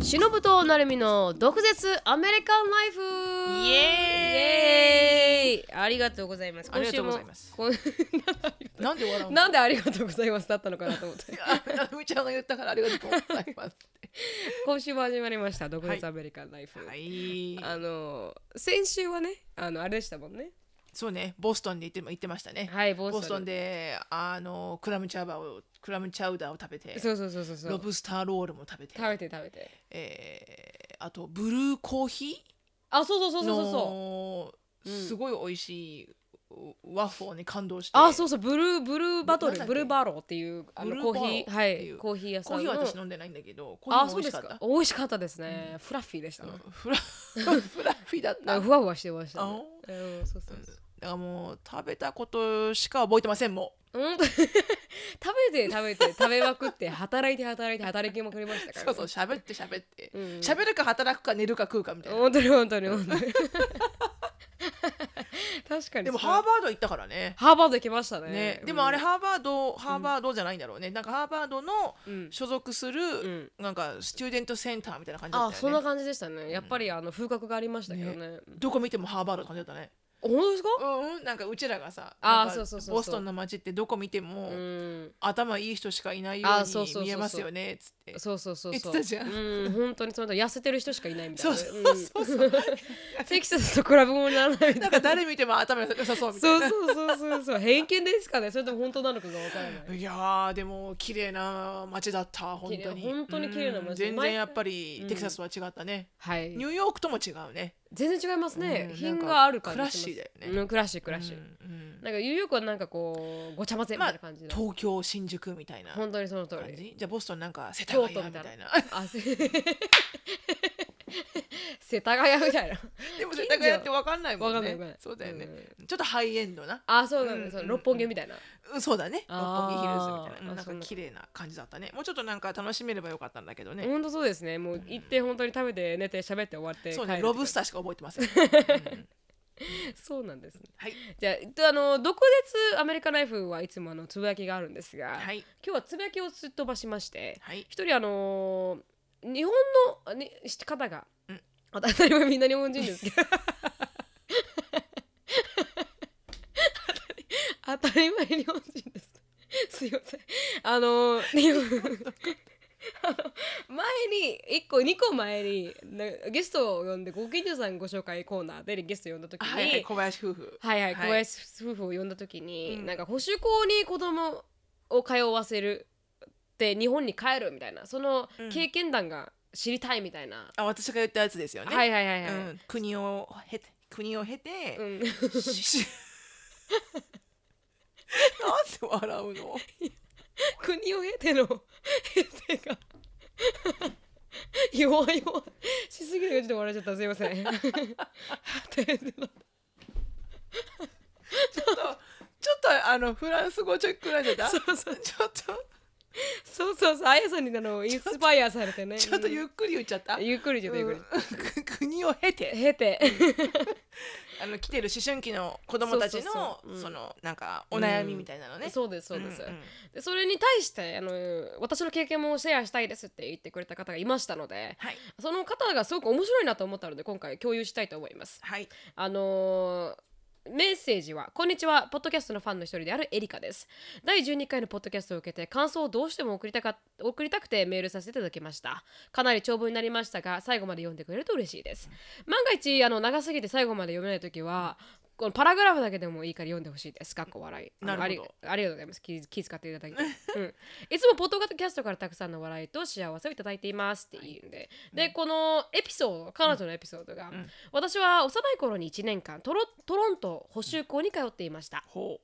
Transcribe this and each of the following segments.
しのぶとなるみの毒舌アメリカンライフイエイエーイありがとうございますありがとうございます今週もなんで笑こ うんのなんでありがとうございますだったのかなと思ってなるみちゃんが言ったからありがとうございます。今週も始まりました「独立アメリカンライフ」はい。あの先週はねあのあれでしたもんねそうね、ボストンに行っても行ってましたね。はいボストンボストンであのクラムチャウダーをクラムチャウダーを食べて、そうそうそうそうそうロブスターロールも食べて、食べて食べてえーあとブルーコーヒあそうそうそうーそうそうのうんすごい美味しいワッフルに感動して、あそうそうブルーブルーバトなんルだっけブルーバローっていうあブのルーコーバローっヒてーはいういコーヒー屋コさーんヒーのは私飲んでないんだけど、コーヒーあもそう美で味しかすっかた。美味しかったですねフラッフィーでしたねうんフラ フラフィだった。あだふわふわしてましたあねうんそうそうそうからもう食べたことしか覚えてませんもうん 食べて食べて食べまくって働いて働いて働きまくりましたう。かそらうそう喋って喋ってうんうん喋るか働くか寝るか食うかみたいな。本当に本当 に本当に確かにでもそれはハーバード行ったからね。ハーバード行きましたねねう、んでもあれハーバード、ハーバードじゃないんだろうね。なんかハーバードのうん所属する、んなんかスチューデントセンターみたいな感じだあったそんよなね。感じでしたねやっぱりあの風格がありましたけどねどこ見てもハーバードって感じだったね。本当ですかうんうん、なんかうちらがさ、あーなんかそうそうそうそうボストンの街ってどこ見ても、うん頭いい人しかいないよあーそううそうそうそにう見えますよねっつって。そうそうそうそう言ってたじゃんうん本当にその痩せてる人しかいないみたいそうなそうそう そう。うんテキサスと比べ物にならない みたないんか誰見ても頭良さそうみたそいうな。そうそうそうそう偏見ですかねそれとも本当なのかがわ からないいやーでも綺麗な街だった本当に綺麗本当に綺麗な街うん全毎然やっぱりテキサスとは違ったね、はいニューヨークとも違うね全然違いますねうん品がある感じなんかしますクラッシーだよねうんクラッシークラッシうーんうんなんかニューヨークはなんかこうごちゃ混ぜみたいな感じの東京新宿みたいな感本当にその通りじじゃあボストンなんか世田谷み京都たいみな たいなあせ 世田谷みたいなでも世田谷って分かんないもんねわかんないわかんないそうだよね、うちょっとハイエンドなあそうだうんうんね、そううん六本木みたいなうんそうだね六本あー木ヒルズみたいなうんあなんそかんな綺麗な感じだったねもうちょっとなんか楽しめればよかったんだけどね、本当そうですねもう行って本当に食べて寝て喋って終わってそう帰ねるロブスターしか覚えてま せん、うんそうなんですねはいじゃあえっとあの毒舌アメリカナイフはいつもあのつぶやきがあるんですが、はい今日はつぶやきをすっ飛ばしましてはい一人あのー日本の、ね、し方が、うんあ当たり前みんな日本人ですけど当たり前日本人ですすいませんあのー日本あの前に1個2個前になゲストを呼んでご近所さんご紹介コーナーでゲストを呼んだ時に、はいはい小林夫婦はいはい、はい小林夫婦を呼んだ時に、うんなんか保守校に子供を通わせるって日本に帰るみたいなそのうん経験談が知りたいみたいな、あ私が言ったやつですよね、はいはいはいはい、うん、国を経て国を経うて、ん ししなんで笑うの国を経ての経てが 弱い弱いしすぎるよちょっと笑っちゃったすいま せん経てのちょっとちょっとあのフランス語チェックられてたそちょうそうっとそうそうそうあやさんにあのインスパイアされてねちょっとゆっくり言っちゃった、ゆっくりちょっとゆっくり、うん国を経て経てあの来てる思春期の子供たちのそそうそうそううんのなんかお悩みみたいなのね、そうですそうです、んんでそれに対してあの私の経験もシェアしたいですって言ってくれた方がいましたのではいその方がすごく面白いなと思ったので今回共有したいと思います。はいあのーメッセージは「こんにちはポッドキャストのファンの一人であるエリカです第12回のポッドキャストを受けて感想をどうしても送りたか送りたくてメールさせていただきましたかなり長文になりましたが最後まで読んでくれると嬉しいです万が一あの長すぎて最後まで読めない時はこのパラグラフだけでもいいから読んでほしいです。かっこ笑い。あのなるほどあり。ありがとうございます。気気遣っていただいて。うんいつもポッドキャストからたくさんの笑いと幸せをいただいていますっていうんで、でこのエピソード彼女のエピソードが、ん私は幼い頃に1年間トロトロント補修校に通っていましたほ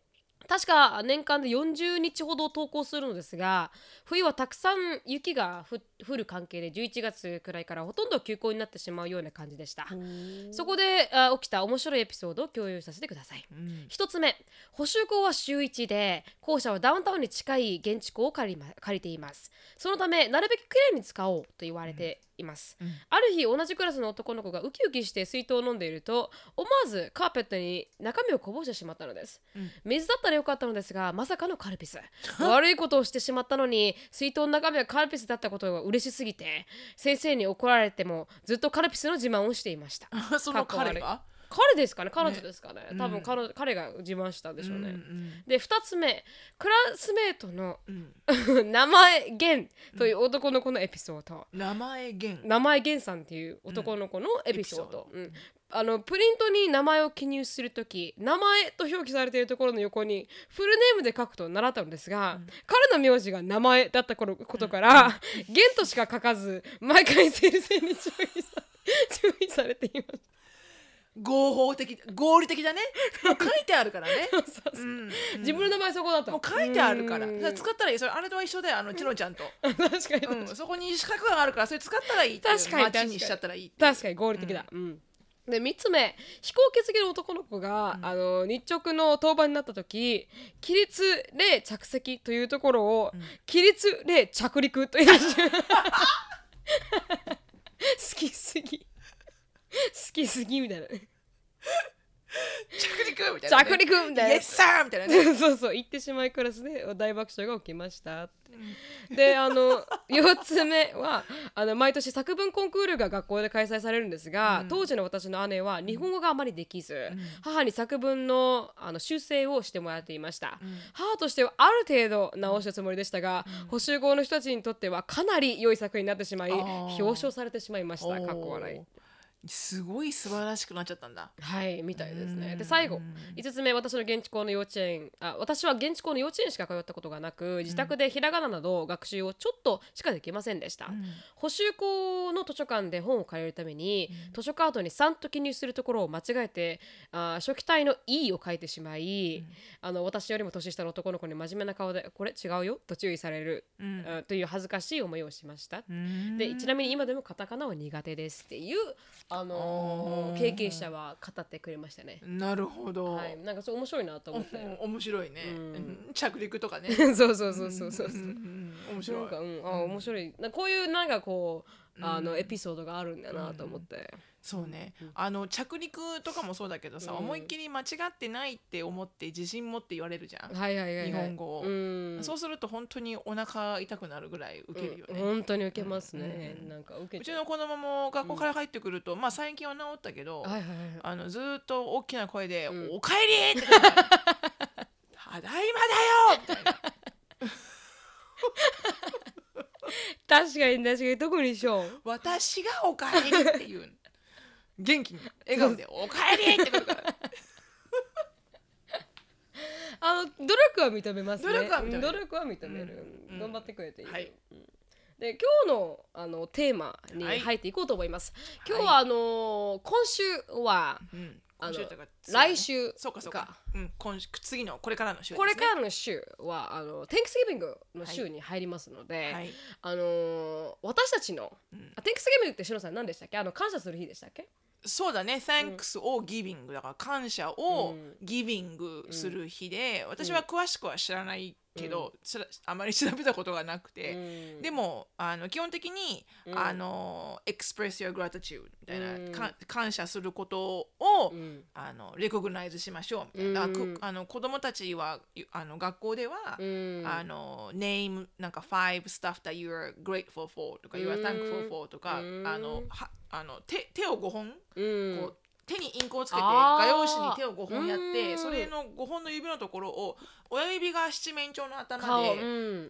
確か年間で40日ほど登校するのですが冬はたくさん雪がふ降る関係で11月くらいからほとんど休校になってしまうような感じでしたう、そこであ起きた面白いエピソードを共有させてくださいうん 一つ目補修校は週1で校舎はダウンタウンに近い現地校を借り,、ま、借りていますそのためなるべくきれいに使おうと言われています、うんある日同じクラスの男の子がウキウキして水筒を飲んでいると思わずカーペットに中身をこぼしてしまったのです、うん水だったら良かったのですがまさかのカルピス悪いことをしてしまったのに水筒の中身がカルピスだったことが嬉しすぎて先生に怒られてもずっとカルピスの自慢をしていましたその彼かが彼ですかね彼女ですかねうん多分彼,、彼が自慢したんでしょうね、うんで2つ目クラスメートの うんうん名前源という男の子のエピソード、名前源名前源さんっていう男の子のエピソード、うんあのプリントに名前を記入するとき名前と表記されているところの横にフルネームで書くと習ったのですが、彼の名字が名前だった頃ことから、源としか書かず毎回先生に注意さ注意されていまし合法的合理的だねもう書いてあるからね、たそうそううんうん自分の名前そこだったもう書いてあるからうんそれ使ったらいいそれあれとは一緒だよあのチノちゃんと、確かに、うん、そこに資格があるからそれ使ったらいいっていう確かに街にしちゃったらいいっていう確かに合理的だ、うんで3つ目飛行機好きの男の子が、あの日直の当番になった時起立例着席というところを、起立例着陸という好きすぎ好きすぎみたいな着陸みたいな、着陸みたいイなエッサーみたいなね、 そうそう行ってしまいクラスで大爆笑が起きましたであの4つ目はあの毎年作文コンクールが学校で開催されるんですが、当時の私の姉は日本語があまりできず、母に作文のあの修正をしてもらっていました、母としてはある程度直したつもりでしたが、補習校の人たちにとってはかなり良い作品になってしまいあー表彰されてしまいましたかっこ笑いおーすごい素晴らしくなっちゃったんだはいみたいですうねんで最後5つ目私の現地校の幼稚園あ私は現地校の幼稚園しか通ったことがなく自宅でひらがななど学習をちょっとしかできませんでした、補習校の図書館で本を借りるために、図書カードに3と記入するところを間違えてあー初期体の E を書いてしまい、あの私よりも年下の男の子に真面目な顔でこれ違うよと注意される、うんあーという恥ずかしい思いをしました、うんでちなみに今でもカタカナは苦手ですっていう、あのーあー経験者は語ってくれましたね。なるほど、はい、なんかそう面白いなとお思っうんて。面白いね、うんうん着陸とかね そうそうそうそうそう。ん面白いなんか、うん、あ、面白い。なこういうなんかこう、あのエピソードがあるんだなと思って。そうね、あの着陸とかもそうだけどさ、うん思いっきり間違ってないって思って自信持って言われるじゃん、はいはいはい、はい。日本語をうん。そうすると本当にお腹痛くなるぐらい受けるよね、うん本当に受けますね。うんなんか受うけちゃの子供も学校から入ってくると、まあ最近は治ったけど、はいはいはい。あのずーっと大きな声で「うんおかえり!」って言ってたのただいまだよ!」みたいな確かに確かに特にしょう。 「私がおかえり!」っ ていう元気に笑顔で「おかえり!」ってくるからあの努力は認めますね。努力は認めるうん努力は認めるうん頑張ってくれていいよ。はいうんで今日のあのテーマにはい入っていこうと思います。 今日はあのー今週はうんあの今週とか来週そうかそうか、うん、今週次のこれからの週です、ね、これからの週はあの Thanksgiving の週に入りますので、はい、あのー私たちの、んあ Thanksgiving ってしのさん何でしたっけあの感謝する日でしたっけそうだね「Thanks」を「Giving」だから感謝をうん「Giving」する日で、私は詳しくは知らないけど、知らあまり調べたことがなくて、うんでもあの基本的に、うんあの express your gratitude みたいな、うんか感謝することを、うんあのレコグナイズしましょうみたいな、うんあくあの子供たちはゆあの学校では、うんあの name なんか five stuff that you are grateful for とか、you are thankful for とか、うんあのはあの手手を5本うんこう手にインクをつけてあー画用紙に手を5本やって、うんそれの5本の指のところを親指が七面鳥の頭顔、で、うん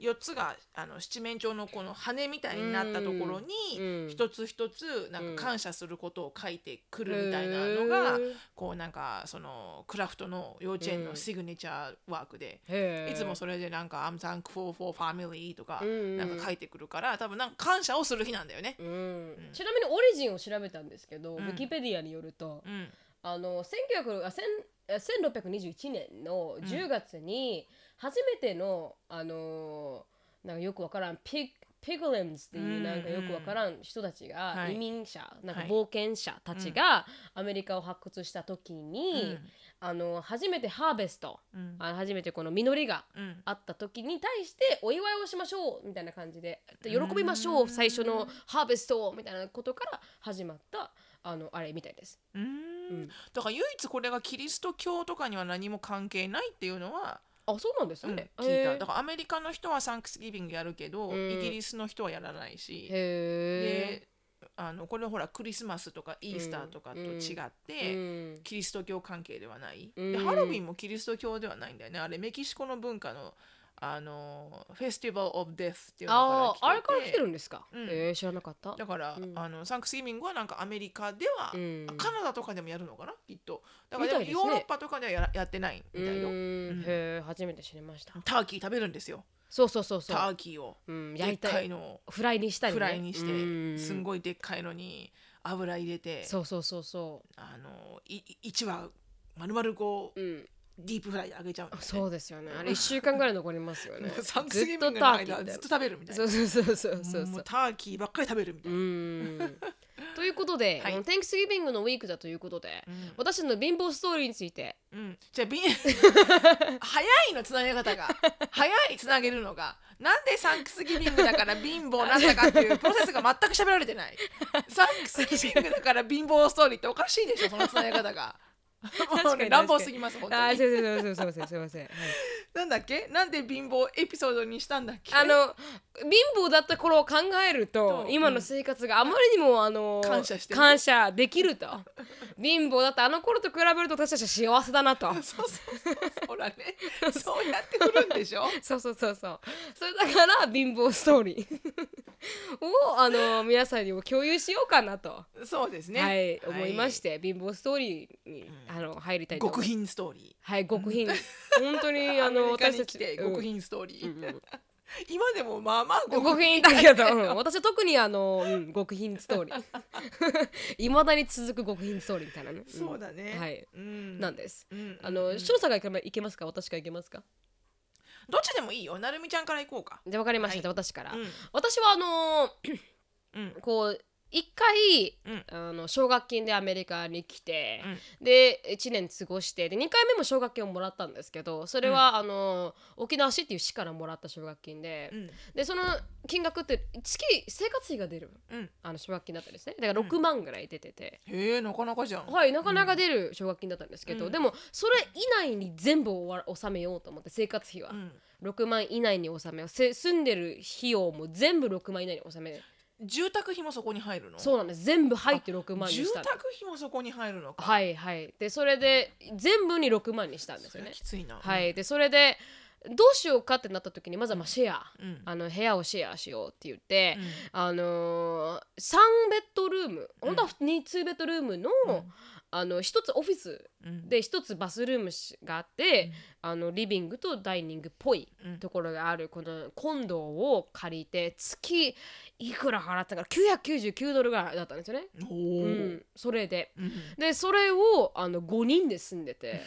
4つがあの七面鳥のこの羽みたいになったところに、うん一つ一つなうんんか感謝することを書いてくるみたいなのへが、こうなんかそのクラフトの幼稚園のシグネチャーワークで、ーへーいつもそれでなんか「I'm thankful for family」とか、うんなんか書いてくるから多分なんか感謝をする日なんだよね。うんちなみにオリジンを調べたんですけど、んウィキペディアによると、うんあの1900あ1000え1621年の10月に初めての、あのーなんかよくわからんピピグレムズっていううんなんかよくわからん人たちが、はい移民者なんかはい冒険者たちがアメリカを発掘した時に、あの初めてハーベストうんあの初めてこの実りがうんあった時に対してお祝いをしましょうみたいな感じで喜びましょう最初のハーベストをみたいなことから始まったあのあれみたいです。うんだから唯一これがキリスト教とかには何も関係ないっていうのはあそうなんですうんね、聞いへたーだからアメリカの人はサンクスギビングやるけど、うんイギリスの人はやらないし、へであのこれほらクリスマスとかイースターとかと違って、えキリスト教関係ではない、うでんハロウィンもキリスト教ではないんだよねあれメキシコの文化のあのフェスティバル・オブ・デフっていうのああーかあられから来て来ててるんですか、うんえー知らなかっただから、うんあのサンクスギビングはなんかアメリカでは、うんカナダとかでもやるのかなきっとだからでもみたいですねヨーロッパとかではやらやってないみたいよ、うーんうんへえ初めて知りましたターキー食べるんですよそうそうそうそタう、ーキーをうん、で焼っいたかいいのをフライにしたり、ね、フライにして、すんごいごいでっかいのに油入れてそうそうそうそあのい1羽丸々こうううんディープフライで揚げちゃうんだよねそうですよねあれ一週間ぐらい残ります よねサンクずスギビっングとのターキー間みたずいっと食べるみたないそうなそうそうそうそうもそううターキーばっかり食べるみたういなーんということで、はいこのテンクスギビングのウィークだということで、うん私の貧乏ストーリーについてうんじゃあびん 早いのつなげ方が早いつなげるのがなんでサンクスギビングだから貧乏なんだかっていうプロセスが全く喋られてないサンクスギビングだから貧乏ストーリーっておかしいでしょそのつなげ方がもう確かにね乱暴すぎます本あ当ーにすいませんすいませんすいませんすいません、はいなんだっけなんで貧乏エピソードにしたんだっ け あの貧乏だった頃を考えるとそう今の生活があまりにもあの感謝してる感謝できると貧乏だったあの頃と比べると私たちは幸せだなとそうそうそうそうほらねそうやってくるんでしょ そうそうそうそうそれだから貧乏ストーリー をあの皆さんにも共有しようかなと、そうですねはい、思いまして貧乏ストーリーにあの入りたいと思いま極す貧ストーリはい極 貧本当にーあのアメリカ私たにち来てうん極貧ストーリー、うんうん今でもまあまあ極貧だけど、うん私は特にあの、うん、極貧ストーリ ーいまだに続く極貧ストーリーみたいなね、んそうだね、はいうん、なんですうん、うんあの翔さんがいけまいけますか私がいけますかどっちでもいいよなるみちゃんから行こうかじゃあわかりました、はいじゃあ私から、う私はあのんうんこう一回、うんあの奨学金でアメリカに来て、うで1年過ごしてで2回目も奨学金をもらったんですけどそれは、あの沖縄市っていう市からもらった奨学金で、うんでその金額って月生活費が出るうんあの奨学金だったんですねだから6万ぐらい出てて、へえなかなかじゃん、はいなかなか出る奨学金だったんですけど、うんでもそれ以内に全部終わ納めようと思って生活費はう、ん、 6万以内に納めようせ住んでる費用も全部6万以内に納め住宅費もそこに入るのそうなんです全部入って6万に住した宅の費もそこに入るのかいはいはいでそれで全部に6万にしたんですそよれねきついなはいでそれでどうしようかってなった時にまずはまあシェア、うんあの部屋をシェアしようって言って、うんあのー、3ベッドルーム本当は2、2ベッドルームの,、あの1つオフィスうんで1つバスルームしがあって、あのリビングとダイニングっぽいうんところがあるこのコンドを借りて月いくら払ったか999ドルぐらいだったんですよね。おうーん、それでうんでそれをあの5人で住んでて、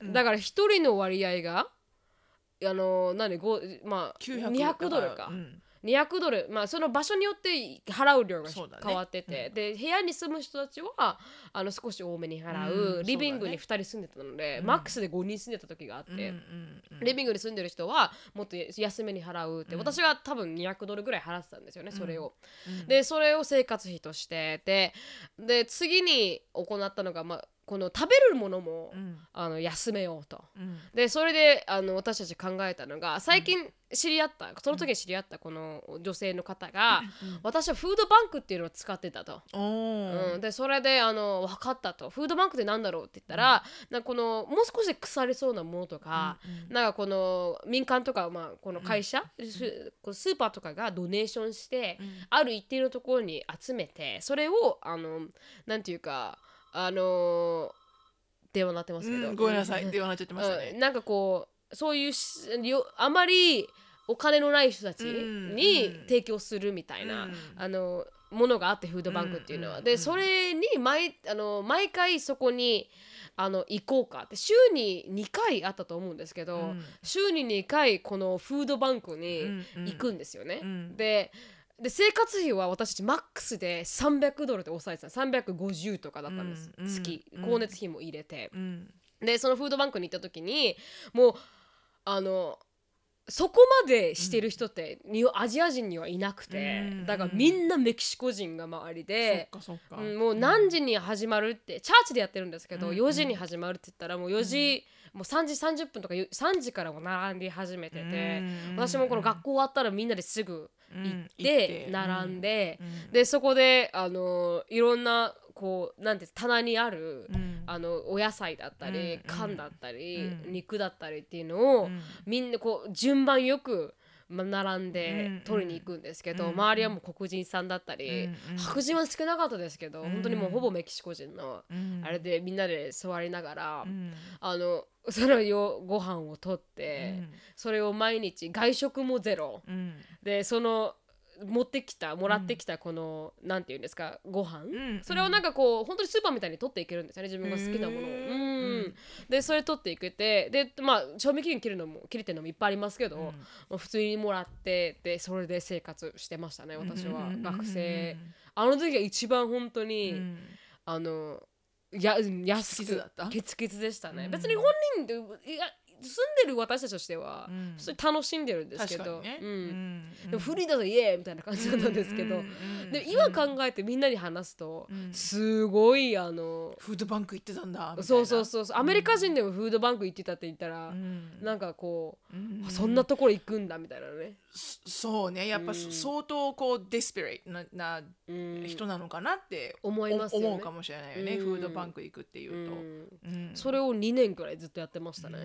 うんだから1人の割合があの何ごまあ900 200ドルだか。らうん200ドル、まあ、その場所によって払う量がそうだね変わってて、うんで部屋に住む人たちはあの少し多めに払う、うんリビングにそうだ2ね人住んでたので、うんマックスで5人住んでた時があって、うんうんうんリビングに住んでる人はもっと安めに払うって、うん私は多分200ドルぐらい払ってたんですよねそれを、うんでそれを生活費としてでで次に行ったのが、まあ、この食べるものも、うんあの休めようと。うんでそれであの私たち考えたのが最近知り合った、その時に知り合ったこの女性の方が、私はフードバンクっていうのを使ってたと。うんおーうん、でそれであの分かったとフードバンクってなんだろうって言ったら、なんかこのもう少しで腐りそうなものとか、うんなんかこの民間とか、まあ、この会社、すこうスーパーとかがドネーションして、うんある一定のところに集めてそれをあのなんていうかあの電話なってますけど、うんごめんなさい電話になっちゃってましたうねんなんかこうそういうしよあまりお金のない人たちうんにうん提供するみたいな、うんあのものがあってフードバンクっていうのは、うんうでんそれに毎あの毎回そこにあの行こうかって週に2回あったと思うんですけど、うん週に2回このフードバンクうにんうん行くんですよね。うんでで生活費は私たちマックスで300ドルで抑えてた350とかだったんです、うんうん月うん光熱費も入れて、うんでそのフードバンクに行った時にもうあのそこまでしてる人って、にアジア人にはいなくて、うんだからみんなメキシコ人が周りで、そっかそっうか、んもう何時に始まるってチャーチでやってるんですけど、うん4時に始まるって言ったらもう4時、もう3時30分とかよ3時からも並び始めてて、私もこの学校終わったらみんなですぐ行行って並んで、で、うんでそこであのいろんなこうなんていうの棚にある、うんあのお野菜だったうんうりん缶だったり、うん肉だったりっていうのを、うんみんなこう順番よくま並んうんうでん取りに行くんですけど、うんうん周りはもう黒人さんだったり、うんうん白人は少なかったですけど、うん本当にもうほぼメキシコ人のうんあれでみんなで座りながら、うんあのそのよご飯を取って、うんそれを毎日外食もゼロうんでその持ってきたもらってきたこの、なんていうんですかご飯、うんそれをなんかこう本当にスーパーみたいに取っていけるんですよね自分が好きなものを。へーうんうんでそれ取っていけてでまあ賞味期限切るのも切れてるのもいっぱいありますけど、うんまあ普通にもらってでそれで生活してましたね私は、うん学生、あの時が一番本当うに、んあのや安くキツキツだったケツケツでしたね、うん別に本人でいや住んでる私たちとしては、うん普通に楽しんでるんですけ確かど、にね、うんうんでもフリーだぞイエーイみたいな 感じだったんですけど、うんうんで今考えてみんなに話すと、うんすごいあの、フードバンク行ってたんだみたいなそうそうそうそうアメリカ人でもフードバンク行ってたって言ったら、うんなんかこう、うんあそんなところ行くんだみたいなね、そそうねやっぱうん相当こうディスペレイななうん、人なのかなって思いますよね思うかもしれないよね、うんフードバンク行くっていうと、うんうんそれを2年くらいずっとやってましたね、うう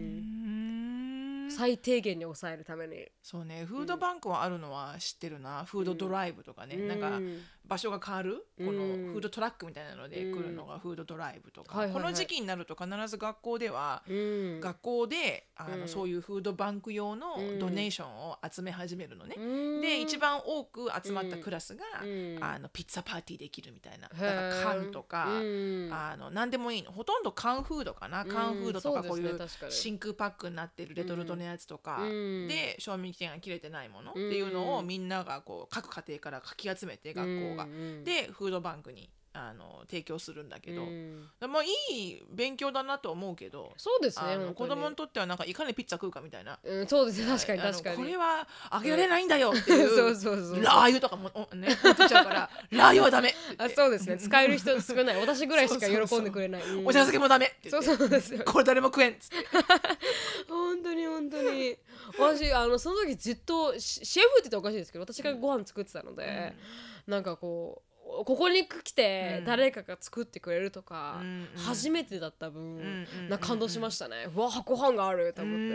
んん最低限に抑えるために、そうねフードバンクはあるのは知ってるな、フードドライブとかね、なんうか場所が変わる、こうのんフードトラックみたいなので来るのがフードドライブとか、はいはいはいこの時期になると必ず学校では、うん学校であの、うんそういうフードバンク用のうんドネーションを集め始めるのね、うんで一番多く集まったクラスが、うんあのピッツァパーティーできるみたいなだへかーら缶とか、うんあの何でもいいのほとんど缶フードかなうん缶フードとかこういうそですね確かに真空パックになってるレトルトのやつとか、うんで賞味期限が切れてないものってうんいうのをみんながこう各家庭からかき集めて学校がう、んでフードバンクにあの提供するんだけど、うんでもいい勉強だなと思うけど、そうですあねの本当子に供にとってはなんかいかにピッツァ食うかみたいなうん、そうですね確かにあの確かにこれはあげられないんだよっていう そうそうそうラー油とかもおね持ってっちゃうから ラー油はダメって言あってそうですね使える人少ない私ぐらいしかそうそうそう喜んでくれないうん お茶漬けもダメって言そっうてそうですよこれ誰も食えんっつって本当に本当に私あのその時ずっとシシェフって言ったらおかしいですけど私がご飯作ってたので、なんかこうここに来うてん誰かが作ってくれるとか、うんうん初めてだった分、んうんなんか感動しましたね、うわご飯があると思って、うんう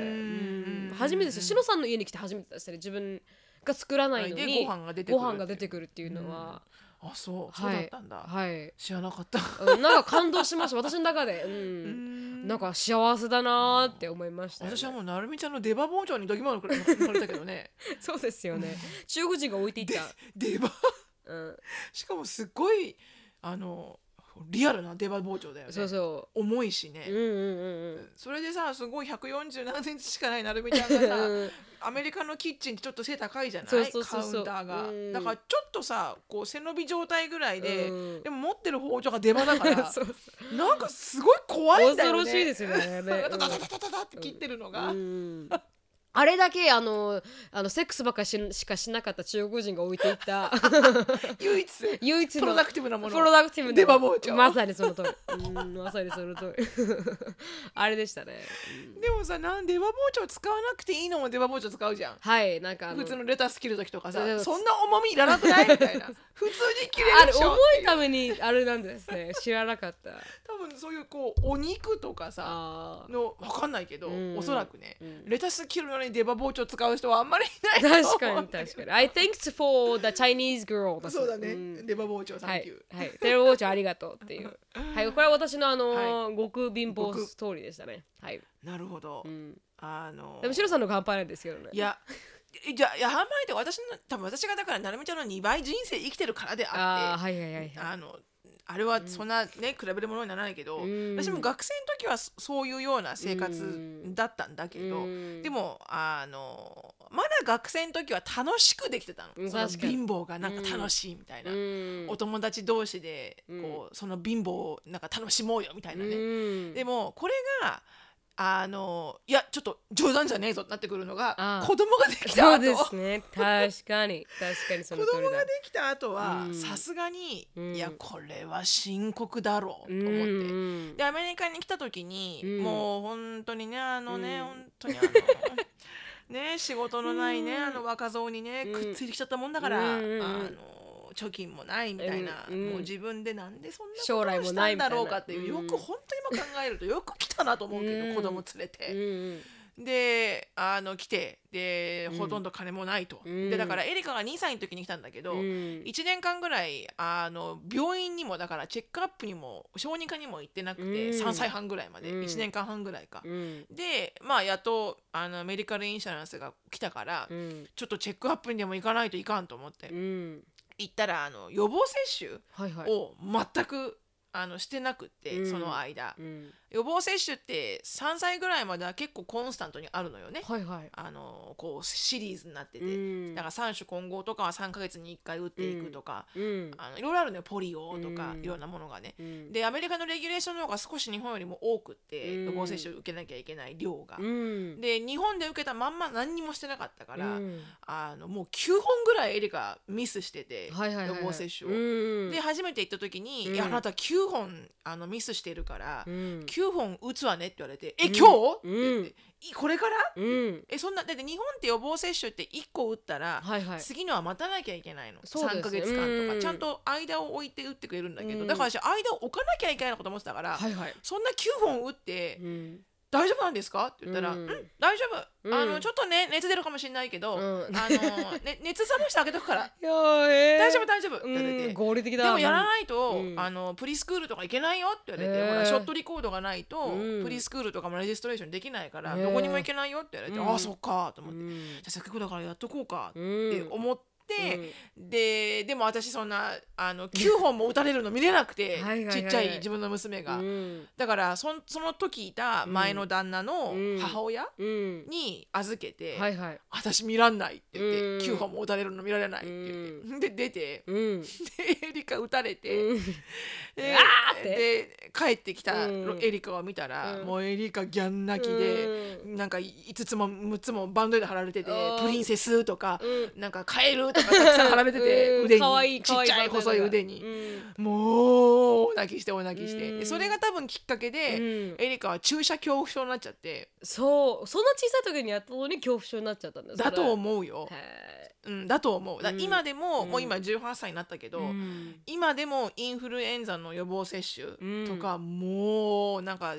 ん初めてですよ志乃さんの家に来て初めてでしたね自分が作らないのでにご飯が出てくごる飯が出てくるっていうのは、あそうそうはいだったんだ、はい知らなかったうんなんか感動しました私の中で、うんなんか幸せだなーって思いましたよね、私はもうなるみちゃんの出刃包丁にどぎものくらい乗れたけどねそうですよね中国人が置いていった出刃うん、しかもすっごいあのリアルな出刃包丁だよねそうそ重いしね、う。うんうんうんそれでさすごい140何センチしかないなるみちゃんがさうん。アメリカのキッチンってちょっと背高いじゃないそうそうそうそうカウンターが、うんだからちょっとさこう背伸び状態ぐらいで、うんでも持ってる包丁が出刃だから そうそうなんかすごい怖いんだ恐よろねしいですよね。ねダダダダダダダって切ってるのが、うんあれだけあのあのセックスばっかししかしなかった中国人が置いてい た唯一 唯一のプロダクティブなものプロダクティブな出刃包丁まさにその通り。 うんまさにその通り。あれでしたね。うんでもさなん出刃包丁使わなくていいのも出刃包丁使うじゃんはいなんかあの普通のレタス切る時とかさそうそうそんな重みいらなくないみたいな普通に切れあれるでしょ重いためにあれなんですね。 知らなかった。多分そういうこうお肉とかさあーのわかんないけど、うんおそらくね、うんレタス切るのに出刃包丁使う人はあんまりいないと 確思かうに確かに。I thanks for the Chinese girl だね。そうだね、ん出刃包丁サはンいキュー、、はい、テレビウォッチありがとうっていう。 はい、これは私のあのー極貧乏極ストーリーでしたね。はい、なるほど、うん、あのでもシロさんの乾杯なんですけどね。いやいやいやあんまりで私の多分私がだからなるみちゃんの2倍人生生きてるからであああー、ってはいはいはいあはい。のあれはそんなね、比べるものにならないけど、うん私も学生の時はそそういうような生活だったんだけど、うんでもあのまだ学生の時は楽しくできてたの,、うんその確かに貧乏がなんか楽しいみたいな、うんお友達同士でうん こう、その貧乏をなんか楽しもうよみたいなね、うんでもこれがあのいやちょっと冗談じゃねえぞってなってくるのがああ子供ができたそう後ですね確かに確かにそ子の通り供がだできた後はうんさすがに、うんいやこれは深刻だろうとうん思って、うんでアメリカに来た時に、うんもう本当にねあのね、うん本当にあのね仕事のないね、うんあの若造にね、うんくっついてきちゃったもんだから、うんうんうんあの貯金もないみたいな、うんうんもう自分でなんでそんな将来こともをしたないんみただいなろうかっていううんよく本当に今考えるとよく来たなと思うけど、うん子供連れうて、んであの来てでうんほとんど金もないと、うんでだからエリカが2歳の時に来たんだけど、うん1年間ぐらいあの病院にもだからチェックアップにも小児科にも行ってなくて、うん3歳半ぐらいまで、うん1年間半ぐらいか、うんでまあやっとあのメディカルインシャランスが来たから、うんちょっとチェックアップにでも行かないといかんと思って、うん行ったらあの予防接はいはい種を全く、あのしてなくって、うんその間うん予防接種って3歳ぐらいまでは結構コンスタントにあるのよね、はいはいあのこうシリーズになってて、うんだから3種混合とかは3ヶ月に1回打っていくとか、うんあのいろいろあるのよポリオとか、うんいろんなものがね。うんでアメリカのレギュレーションの方が少し日本よりも多くって、うん予防接種を受けなきゃいけない量が。うんで日本で受けたまんま何にもしてなかったから、うんあのもう9本ぐらいエリカミスしてて、はいはいはいはい予防接種を。うんで初めて行った時に「うんいやあなた9本あのミスしてるから、うん9本打つわね」って言われて「えうん今日?」ってう言んって「いこれから?」うんえそんなだって日本って予防接種って1個打ったら、はいはい次のは待たなきゃいけないの、そうですね3ヶ月間とうんかちゃんと間を置いて打ってくれるんだけど、うんだから私間を置かなきゃいけないのかと思ってたから、はいはいそんな9本打ってうん「大丈夫なんですか?」って言ったら「ううんん、大丈夫、うんあのちょっとね熱出るかもしれないけど、うんあの ね、熱冷ましてあげとくからいやーえー大丈夫大丈夫」ってう言われて。ん合理的だでもやらないと、うんあのプリスクールとか行けないよって言われて、へーほらショットリコードがないと、うんプリスクールとかもレジストレーションできないから、へーどこにも行けないよって言われて、うんああそっかと思うって、じんゃあせっかくだからやっとこうかってう思って、んででも私そんなあの9本も打たれるの見れなくて はいはいはいちっちゃい自分の娘が、うんだからそんその時いた前の旦那のうん母親うんに預けて「はいはい私見らんない」って言ってうん「9本も打たれるの見られない」って言って、で出てうんでエリカ打たれて、うんでうわーってで帰ってきたうんエリカを見たら、うんもうエリカギャン泣きで、うんなんか5つも6つもバンドで貼られててあ「ープリンセス」とか。うんなんかカエルとかたくさん貼られてて腕に可愛いちっちゃい細い腕に、もうお泣きしてお泣きしてうんでそれが多分きっかけで、エリカは注射恐怖症になっちゃってそうそんな小さい時にやったのに恐怖症になっちゃったんですだと思うよ、うん、だと思うだうん今でも、うんもう今18歳になったけど、今でもインフルエンザの予防接種とか、もうなんか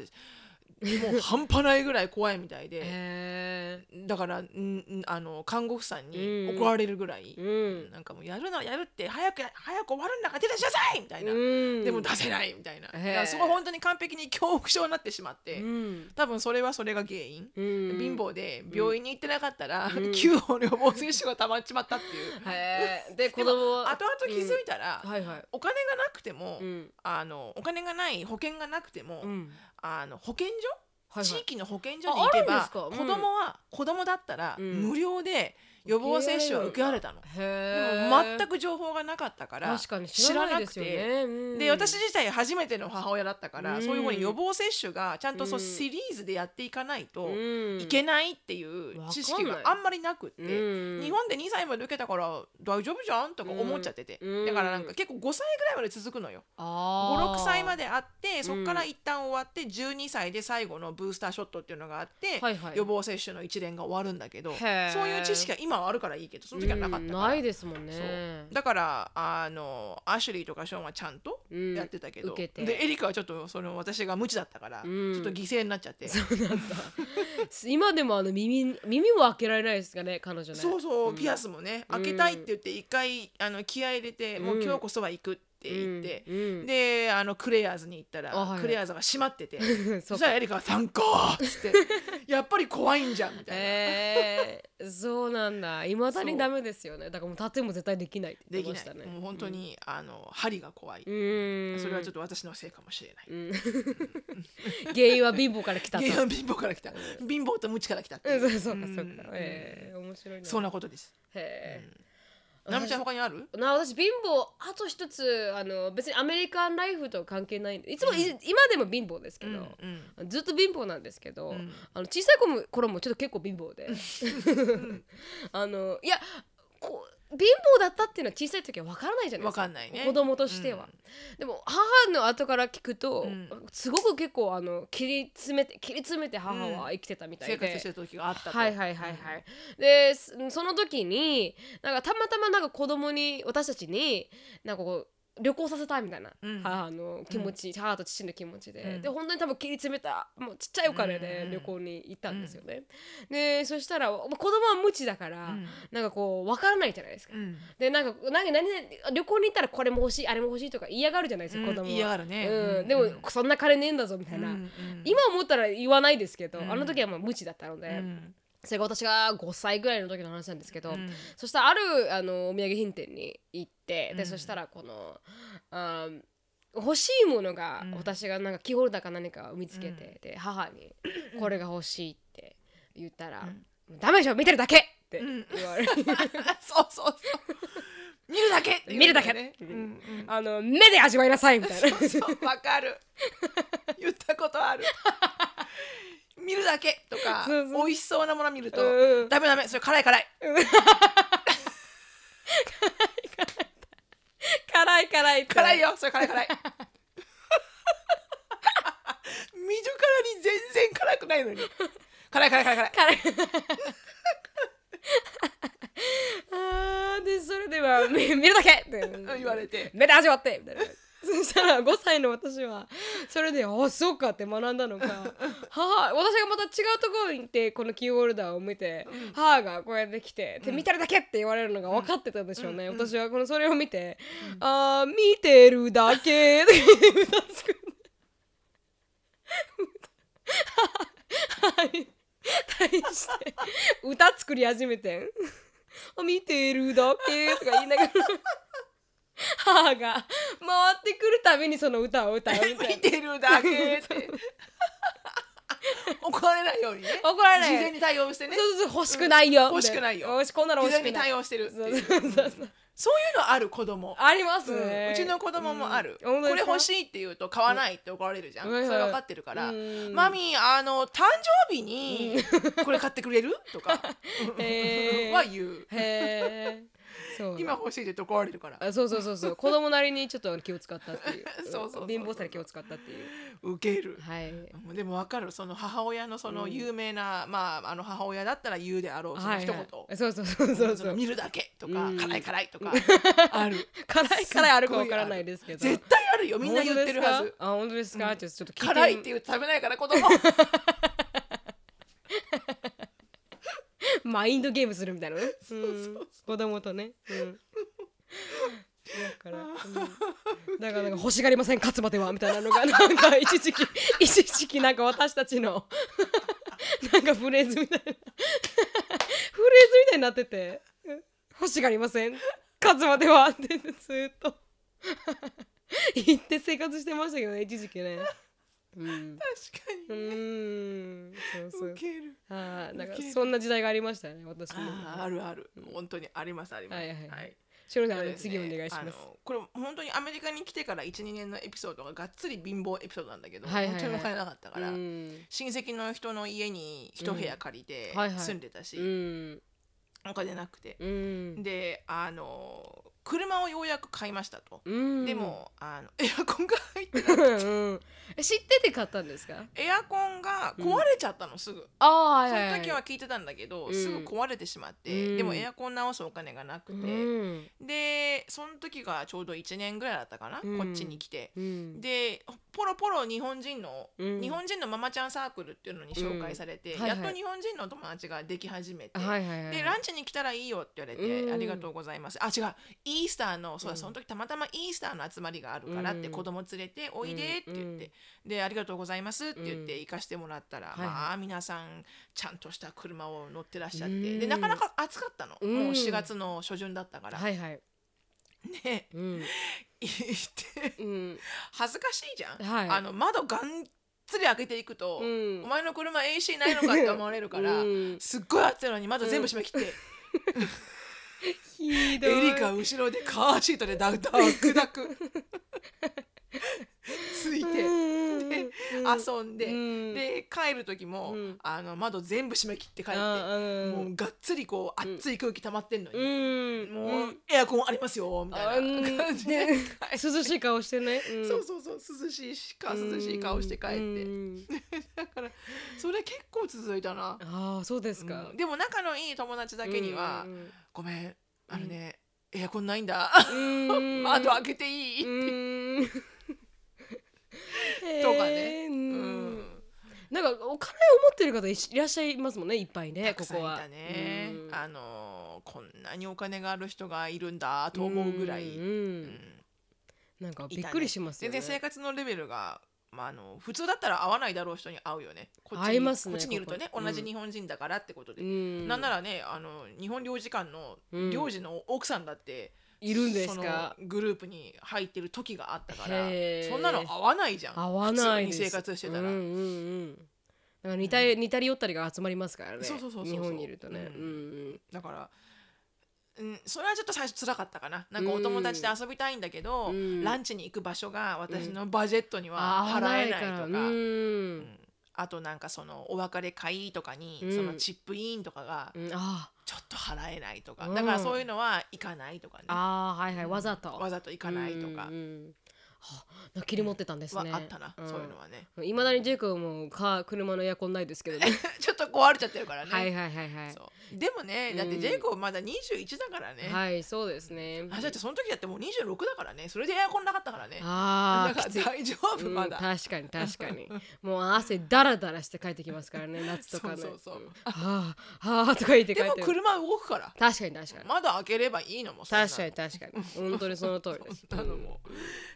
もう半端ないぐらい怖いみたいで、へだからんんあの看護婦さんにうん怒られるぐらい、えうんなんかもうやるならやるって早く早く終わるんだから出てしなさいみたいな、うんでも出せないみたいな、へえだからそこ本当に完璧に恐怖症になってしまって、うん多分それはそれが原因、うん貧乏で病院に行ってなかったら、うん 旧本予防接種がたまっちまったって いうへえで子供は後々気づいたら、はいはいお金がなくても、うんあのお金がない保険がなくても、うんあの保健所、はいはい地域の保健所に行けああるんでばす、かうん子供は子供だったら、うん無料で予防接種を受けられたの。でへもえ全く情報がなかったから確かに知らないですよ知らなねくてうんで私自体初めての母親だったから、うんそういうふうに予防接種がちゃんとそううんシリーズでやっていかないとうんいけないっていう知識わかがんないあんまりなくって、うん日本で2歳まで受けたから大丈夫じゃんとか思っちゃってて、うんだからなんか結構5歳ぐらいまで続くのよあー56歳まであってそこかうらん一旦終わって12歳で最後のブースターショットっていうのがあって、はいはい予防接種の一連が終わるんだけどそうへーいう知識が今はあるからいいけどその時はなかったかうんら、ないですもんねだからあのアシュリーとかショーンはちゃんとうんやってたけど、受けてでエリカはちょっとその私が無知だったから、うんちょっと犠牲になっちゃって。そうなんだ 今でもあの耳耳も開けられないですかね彼女ねそうそう、うんピアスもね開けたいって言って一回あの気合い入れて、もう今日こそは行くって言って、うんであのクレアーズに行ったら、あはいはいクレアーズが閉まっててうん そそうしたからエリカが「参加!」っつって 「やっぱり怖いんじゃん」みたいな、えー、そうなんだいまだにそうダメですよねだからもう縦も絶対できないって言でってきまなしたい、ねもう本当に、あの針が怖い、うんそれはちょっとと私のせいかもしれない、 原因は貧乏から来たと原 因は貧乏から来た、貧乏と無知から来たってういんそうそうかそううんか、えー、面白いなそんなことですへえ、なみちゃん他にあるな私貧乏あと一つあの別にアメリカンライフとは関係ないいつも、い今でも貧乏ですけど、うんずっと貧乏なんですけど、うんあの小さい頃も頃もちょっと結構貧乏で あのいやこう貧乏だったっていうのは小さい時は分からないじゃないわですかかんないね子供としては、でも母の後から聞くと、うんすごく結構あの切り詰めて切り詰めて母は生きてたみたいで、生活してる時があったとはいはいはいはい、ですその時になんかたまたまなんか子供に私たちになんかこう旅行させたいみたいな、うん母の気持ち、母と父の気持ちで、うんで本当に多分切り詰めたもうちっちゃいお金うんうんでうん旅行に行ったんですよね、でそしたらまあ子供は無知だから、うんなんかこう分からないじゃないですか、うんでなんかなんか何々旅行に行ったらこれも欲しいあれも欲しいとか嫌がるじゃないですか、子供うんは嫌がるねうん、でもそんな金ねえんだぞみたいな、今思ったら言わないですけど、うんあの時はまあ無知だったので、うんそれが私が5歳ぐらいの時の話なんですけど、うん そしたらあるあのお土産品店に行って、うでんそしたらこのあー欲しいものが、うん私がなんかキーホルダーか何かを見つけて、で母に 「これが欲しい」って言ったら「ダメでしょ見てるだけ!」ってうん言われる、そうそうそう見るだけっていう見るだけねうんうんあの目で味わいなさいみたいな。 そうそうわかる言ったことある 見るだけとかそうそう美味しそうなもの見ると うんダメダメそれ辛い辛い辛い辛いって辛いよそれ辛い辛い見るからに全然辛くないのに辛い辛い辛い辛い辛いあーでそれで は見見るだけってうん言われて目で味わってみたいな。そしたら5歳の私はそれで「あそうか」って学んだの か母私がまた違うところに行ってこのキーホルダーを見て、母がこうやって来て「で見たらだけ」って言われるのが分かってたんでしょうね、私はこのそれを見て「あー見てるだけ」 って歌作る母に対して歌作り始めてん「あ見てるだけ」とか言いながら。母が回ってくるたびにその歌を歌うみたいな見てるだけって 怒られないようにね怒られない事前に対応してねそうそうそう欲しくないよ、うん欲しくないよ欲しこんなの事欲し前くにない対応してるってそういうそうそうそうそういうのある子供ありますうんね、うちの子供もある、うん本当こでれすか欲しいって言うと買わないって怒られるじゃん、うんはいそはいれ分かってるから、うんマミーあの誕生日にこれ買ってくれると かへーは言うへえそう今欲しいって言うと怒られるからあそうそうそうそう子供なりにちょっと気を使ったっていう そうそうそうそうん貧乏さに気を使ったっていう受けるはいでも分かるその母親のその有名な、まああの母親だったら言うであろうそのはい一言、はい、そうそう そうそうそそのう見るだけとか、うん辛い辛いとかある辛い 辛いあるかわからないですけど絶対あるよみんな言ってるは本当でずすかあ本当ですか、ちょっとちょっと聞いてみ辛いって言うと食べないから子供マインドゲームするみたいなね。うん子供とね。 うんだから、うんだからなんか欲しがりません勝つまではみたいなのがなんか一 時期一時期なんか私たちのなんかフレーズみたいなフレーズみたいになっててうん欲しがりません勝つまではってずーっと言って生活してましたけどね一時期ね。うん、う確ーんそう かそにう受けるああ、なんかウケるそんな時代がありましたね、私も。あーあるある本当にありますありますはいはいはいシロナそうのです次おね願いしますあ。のこれ本当にアメリカに来てから12年のエピソードががっつり貧乏エピソードなんだけど、はいはいはい本当にお金なかったから、うん、親戚の人の家に一部屋借りてうんはいはい住んでたし、うん、お金なくて、うん、であの車をようやく買いましたと、うん、でもあのエアコンが 入ってうなくん、てうん、え知ってて買ったんですか。エアコンが壊れちゃったのすぐ、ああ、はいそはい、の時は聞いてたんだけど、うんすぐ壊れてしまって、うんでもエアコン直すお金がなくうて、ん、でその時がちょうど1年ぐらいだったかな、うんこっちに来て。うん、でポロポロ日本人の、うん日本人のママちゃんサークルっていうのに紹介されて、うんはいはいやっと日本人の友達ができ始めて、はいはいはい。でランチに来たらいいよって言われて、うんありがとうございますあ違うイースターのそうだ、うんその時たまたまイースターの集まりがあるからって、うん子供連れておいでって言って、うんでありがとうございますって言ってうん行かしてもらったら、はいはいまあ皆さんちゃんとした車を乗ってらっしゃって、うんでなかなか暑かったの、うんもう4月の初旬だったから、はいはい。ねうん、行ってうん、恥ずかしいじゃん、はいあの窓がんっつり開けていくと、うんお前の車 AC ないのかって思われるから、うんすっごい暑いのに窓全部閉め切って、ひどいエリカ後ろでカーシートでダウダクダクついてで遊んで、んで帰る時も、うんあの窓全部閉め切って帰って、ももうがっつりこう熱い空気溜まってんのうに、んもう、エアコンありますよみたいな感じで、うんね涼しい顔してね、うんそうそうそう涼しいしかうん涼しい顔して帰って、うんだからそれ結構続いたな。ああそうですか、うんでも仲のいい友達だけには、うんごめんあのね、エアコンないんだうん 窓開けていうい、んとかへーねううんんなんかお金を持ってる方いしいらっしゃいますもんねいっぱいねたくこさんこいはたね、うんあのーこんなにお金がある人がいるんだと思うぐらい、うんうんなんかびっくりしますよ全ね然生活のレベルが、まあ、あの普通だったら合わないだろう人に合うよねこっちに合いますねこっちにいるとねここ同じ日本人だからってことで、うんなんならねあの日本領事館のうん領事の奥さんだって、いるんですかそのグループに入ってる時があったからへーそんなの合わないじゃん合わないで普す通に生活してたら、うんうんうんなんか似たり似たり寄ったりが集まりますからねそうそうそうそう日本にいるとねううんんうんだから、うん、それはちょっと最初辛かったかななんかお友達で遊びたいんだけど、うんランチに行く場所が私のバジェットにはあ合わ払えかならいとか、うんうんあとなんかそのお別れ会とかに、うんそのチップインとかがうんあちょっと払えないとか、うんだからそういうのは行かないとかねーあーはいはいわざとわざと行かないとかうんうんはあ切り持ってたんですはねあったな、そういうのははね いまだにジェイクもカー車のエアコンないですけどねちょっと壊れちゃってるからね、はいはいはいはいそうでもねだってジェイコブまだ21だからね、はいそうですねあだってその時だってもう26だからねそれでエアコンなかったからねあだあかきらつい大丈夫うんまだ、確かに確か にもう汗だらだらして帰ってきますからね夏とかねそうそうそうんはあはあとか言って帰でっもてる車動くから確かに確かに窓開ければいいのもそんな確かに確かに本当にその通りです そんなのも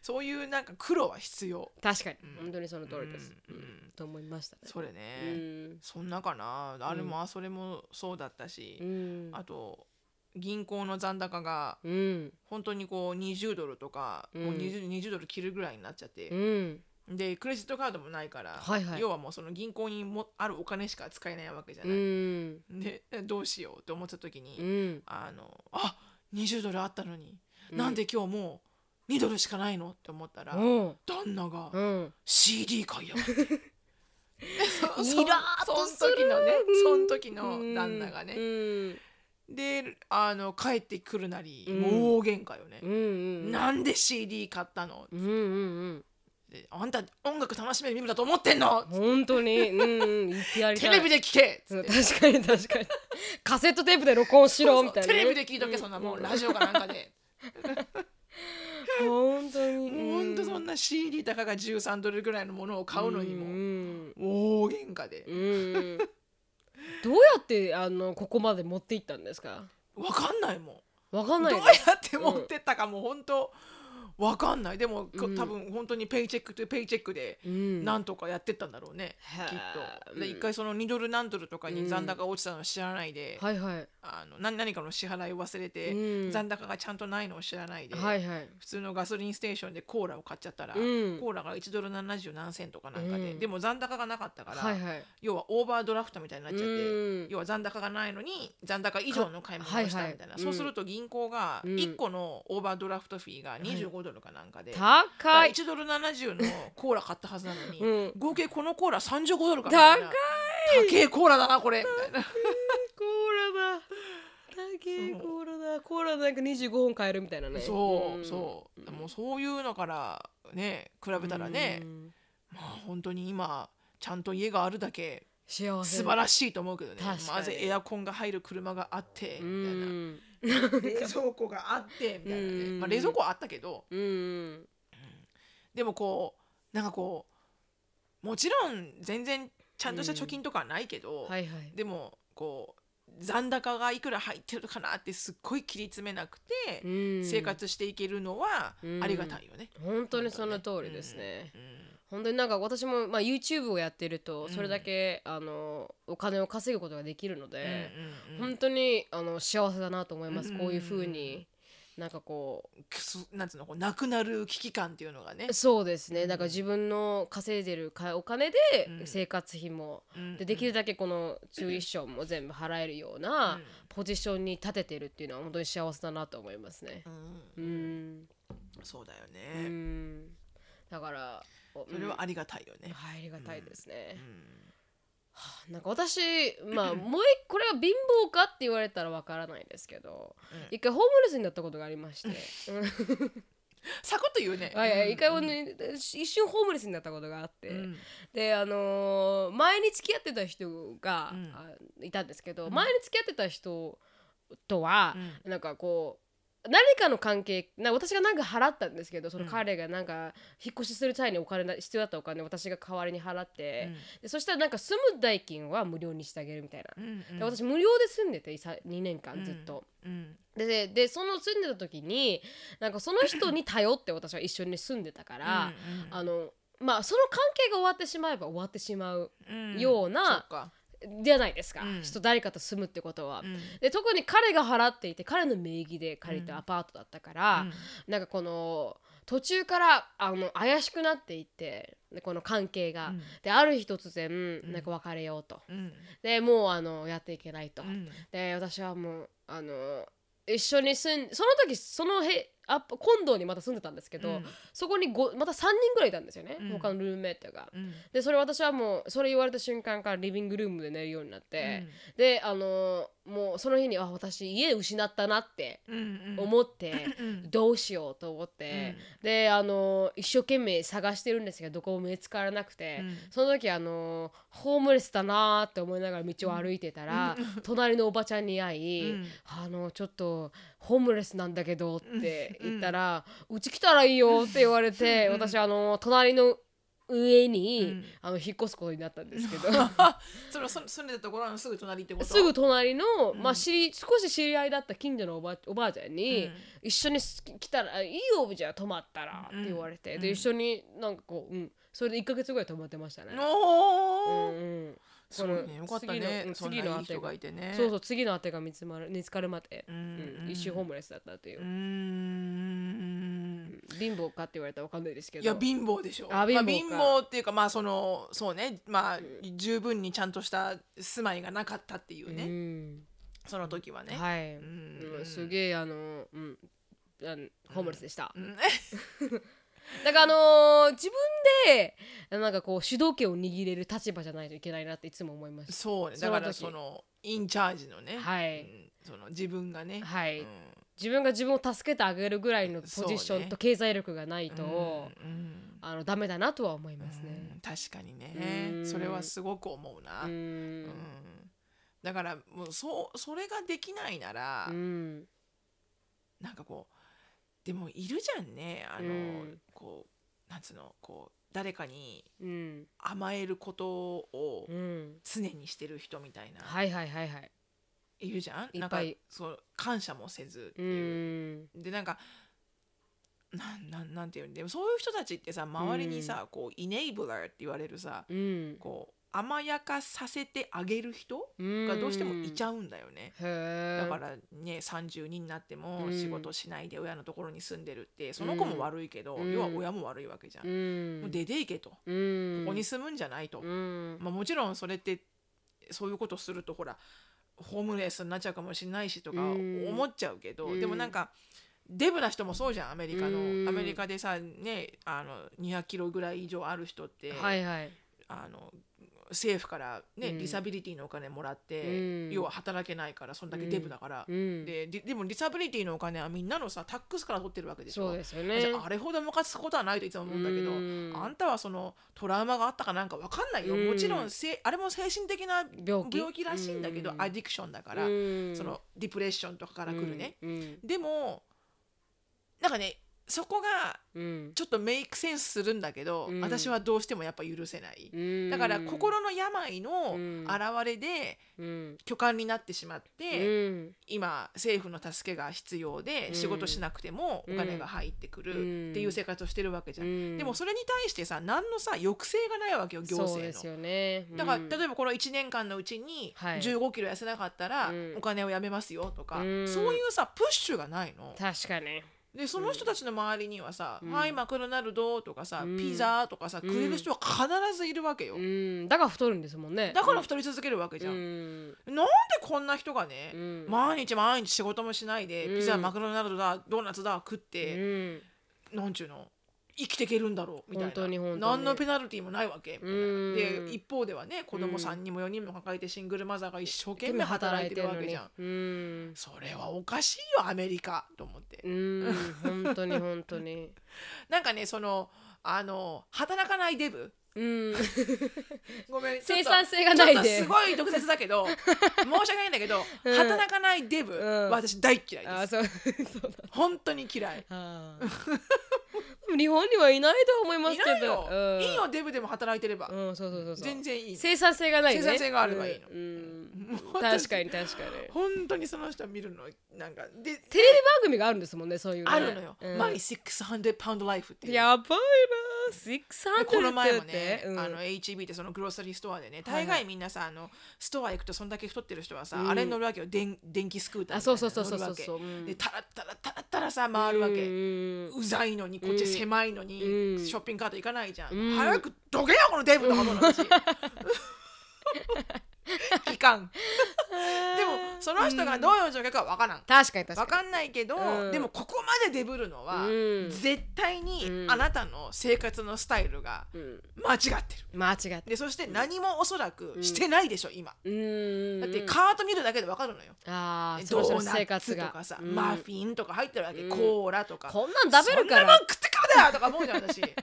そういうなんか苦労は必要確かにうん本当にその通りですうんうんと思いましたねそれね、うんそんなかなあれもあそれもそうだったし、うんあと銀行の残高がうん本当にこう20ドルとか、もううん 20, 20ドル切るぐらいになっちゃってう、んでクレジットカードもないから、はいはい要はもうその銀行にもあるお金しか使えないわけじゃうない、んでどうしようって思った時に、うんあのあ20ドルあったのに、うんなんで今日もう2ドルしかないのって思ったら、おう旦那がうん CD 買いやがって そイラーっとするそん時のねうんその時の旦那がうね、んであの帰ってくるなり、うんもう大喧嘩よね、うんうんなんで CD 買ったの、うんうんであんた音楽楽しめる身分だと思ってんのうん本当 にうんうん言ってやりたテいレビで聴けそう確かに確かにカセットテープで録音しろみたいなテねレビで聞いとけそんなもん、ラジオかなんかで本当にほんとそんなな CD 高が13ドルぐらいのものを買うのにもも大喧嘩でうんどうやってあのここまで持っていったんですかわかんないもんわかんどなういやですって持ってったかもほんとわかんないでもこうん多分本当にペイチェックとペイチェックでうんなんとかやってったんだろうねへーきっとでうん一回その2ドル何ドルとかうんに残高落ちたの知らないではいはいあの何何かの支払いを忘れてうん残高がちゃんとないのを知らないではいはい普通のガソリンステーションでコーラを買っちゃったら、うんコーラが1ドル70何セントかなんかで、うんでも残高がなかったから、はいはい要はオーバードラフトみたいになっちゃって、うん要は残高がないのに残高以上の買い物をしたみたいな、はいはいそうすると銀行がうん1個のオーバードラフトフィーが25ドルかなんかで、だか高らい1ドル70のコーラ買ったはずなのに、うん合計このコーラ35ドルかみたいな高い高えコーラだなこれみたいな。コーラだ高いそうコーラだコーラなんか25本買えるみたいなねそう、んそう、もうそういうのからね比べたらね、うんまあ本当に今ちゃんと家があるだけ幸せ素晴らしいと思うけどね確かにまずエアコンが入る車があってうみたいなん冷蔵庫があってみたいなうね、んまあ、冷蔵庫はあったけどうんでもこうなんかこうもちろん全然ちゃんとした貯金とかはないけど、はいはいでもこう残高がいくら入ってるかなってすっごい切り詰めなくて、うん生活していけるのはうんありがたいよね。本当にその通りですね。うん本当になんか私も、まあ、YouTube をやってるとうんそれだけ、あのお金を稼ぐことができるのうんうんで、うんうん本当にあの幸せだなと思います、うんこういうふうになんかこくすなんつうのこうなくなる危機感っていうのがねう、そうですうねんだから自分の稼いでるかお金うでん生活費も、うんでできるだけこの注意書も全部払えるようなポジションに立ててるっていうのは本当に幸せだなと思いますねう。んううんん、そうだようね、んだからおそうれんはありがたいよね、はいありがたいですね。うんはあなんか私まあもういこれは貧乏かって言われたらわからないですけど、うん一回ホームレスになったことがありま して、サコッと言うね、うんはいはい一回、うんね一瞬ホームレスになったことがあって、うんであのー前に付き合ってた人が、うんあいたんですけど、うん前に付き合ってた人とはう、んなんかこう何かの関係な私が何か払ったんですけどそのうん彼がなんか引っ越しする際にお金な必要だったお金を私が代わりに払って、うんでそしたらなんか住む代金は無料にしてあげるみたいな。うんうんで私無料で住んでていさ2年間ずっと。うんでででその住んでた時になんかその人に頼って私は一緒に住んでたから、うんうんあのまあその関係が終わってしまえば終わってしまううんようなそうかじゃないですか、うんちょっと誰かと住むってことは。うんで特に彼が払っていて彼の名義で借りたアパートだったから、うんなんかこの途中からあの怪しくなっていってでこの関係が。である日突然、んなんか別れようとうんでもうあのやっていけないと、うんで私はもうあの一緒に住んその時そのへあコンドにまた住んでたんですけど、うんそこにごまた3人ぐらいいたんですよね、うん他のルームメイトが。うんでそれ私はもうそれ言われた瞬間からリビングルームで寝るようになって、であのーもうその日にあ私家失ったなってうんうん思って、うんどうしようと思って、であのー一生懸命探してるんですけどどこも見つからなくて、うんその時あのーホームレスだなーって思いながら道を歩いてたら、隣のおばちゃんに会い、うんあのちょっとホームレスなんだけどって言ったら「うち来たらいいよ」って言われてうん私あの隣の上に、うんあの引っ越すことになったんですけど そのそ住んでたところのすぐ隣ってことすぐ隣の、うんまあ、知り少し知り合いだった近所のおばおばあちゃんに、うん一緒にす来たら「いいよじゃあ泊まったら」って言われて、うんでうん一緒になんかこう、うん、それで1ヶ月ぐらい泊まってましたね。うおーんうんすごいねよかったね次のそん次のないい後人がいてねそうそう次のあてが見つまる見つかるまで、ううんんうん一周ホームレスだったといううー。ん貧乏かって言われたらわかんないですけどいや貧乏でしょあ貧乏かまあ、貧乏っていうかまあそのそうねまあ十分にちゃんとした住まいがなかったっていうね、うんその時はね、はい、ううんんすげえあのうんあのホームレスでした、うん だからあのー自分でなんかこう主導権を握れる立場じゃないといけないなっていつも思いましそうねそのだ時からそのインチャージのね、たはうい、んその自分がね、はい、うん自分が自分を助けてあげるぐらいのポジシそうョンねと経済力がないと、うんうんあのダメだなとは思いますうねん確かにね、うんそれはすごく思うな、うんうんだからもうそうそれができないなら、うんなんかこうでもいるじゃんねあの、うんこうなんつうのこう誰かにうん甘えることをうん常にしてる人みたいな、はいはいはいはいい、るじゃんいなっんかぱいそう感謝もせずってういう、んでなんかなんなんなんていうんでもそういう人たちってさ周りにさ、こうイネイブラーって言われるさうんこう甘やかさせてあげる人うんがどうしてもいちゃうんだよね。へだえからね32になってうもん仕事しないで親のところに住んでるってその子も悪いけど、うん要は親も悪いわけじゃん。うんもう出ていけと、うんここに住むんじゃないと、うんまあ、もちろんそれってそういうことするとほらホームレスになっちゃうかもしれないしとかうん思っちゃうけど、うんでもなんかデブな人もそうじゃんアメリカの、うんアメリカでさねあの200キロぐらい以上ある人って、はいはいあの政府から、ねうんリサビリティのお金もらって、うん要は働けないからそんだけデブだから、うんでリでもリサビリティのお金はみんなのさタックスから取ってるわけでしそょうですよね私あれほどムカつくことはないといつも思うんだけど、うんあんたはそのトラウマがあったかなんかわかんないよ、うんもちろんせあれも精神的な病気病気らしいんだけど、アディクションだから、うんそのディプレッションとかから来るね、うんうんでもなんかねそこがうんちょっとメイクセンスするんだけど、うん私はどうしてもやっぱ許せない、うんだから心の病のうん現れでうん巨漢になってしまっうて、ん今政府の助けが必要でうん仕事しなくてもお金が入ってくうんるっていう生活をしてるわけじゃん、うんでもそれに対してさ何のさ抑制がないわけよ行そう政でのす。よねだから例えばこの1年間のうちにはい1 5キロ痩せなかったらうんお金をやめますよとか、うんそういうさプッシュがないの。確かにでその人たちの周りにはさ「うんはいマクドナルド」とかさ、うんピザ」とかさうくんれる人は必ずいるわけよ。うんだから太るんですもんねだから太り続けるわけじゃ。うんんなんでこんな人がね、うん毎日毎日仕事もしないで、うんピザマクドナルドだドーナツだ食っうて、んなんちゅうの生きていけるんだろうみたいな本当に本当に何のペナルティーもないわけみたいうな、んで一方ではね子供3人も4人も抱えてシングルマザーが一生懸命働いてるわけじゃん、うんうんそれはおかしいよアメリカと思って、うん本当 に本当になんかねそのあの働かないデブうんごめん生産性性がないちょでっとすごい毒舌だけ ど申し訳ないんだけど、うん働かないデブ、うん私大嫌いあです そうそうだ本当に嫌いあー日本にはいないと思いますいけないどよ、うんいいよデブでも働いてれば、うんそうそうそうそう全然いい生産性がないね生産性があればいいのうんうんもう私確かに確かに本当にその人見るのなんかでテレビ番組があるんですもんねそういうねあるのよ、うんマイ600 pound life っていうやばいなで600この前もってね、うんあの HB ってそのグロッサリーストアでねはいはい大概みんなさあのストア行くとそんだけ太ってる人はさ、うんあれ乗るわけよ電電気スクーターあみたいそうなそうのそうそうそ乗るうわけそううんでタラッタラッタラッタラさ回るわうけ、んうざいのにこっち狭いのに、うんショッピングカート行かないじゃん、うん早くどけよこのデブとかも 私 いかんでもその人がどういう状況かわからん確かに確かわにかんないけど、うんでもここまでデブるのは、うん絶対にうんあなたの生活のスタイルがうん間違ってる。間違ってでそして何もおそらくしてないでしょ、今。うんだってカート見るだけでわかるのよ。ああそドの人のーナ生活ツとがかさ、うんマフィンとか入ってるわけ、うんコーラとか。こんなん食べるかそんなもんら食ってからだよとか思 うじゃん私。で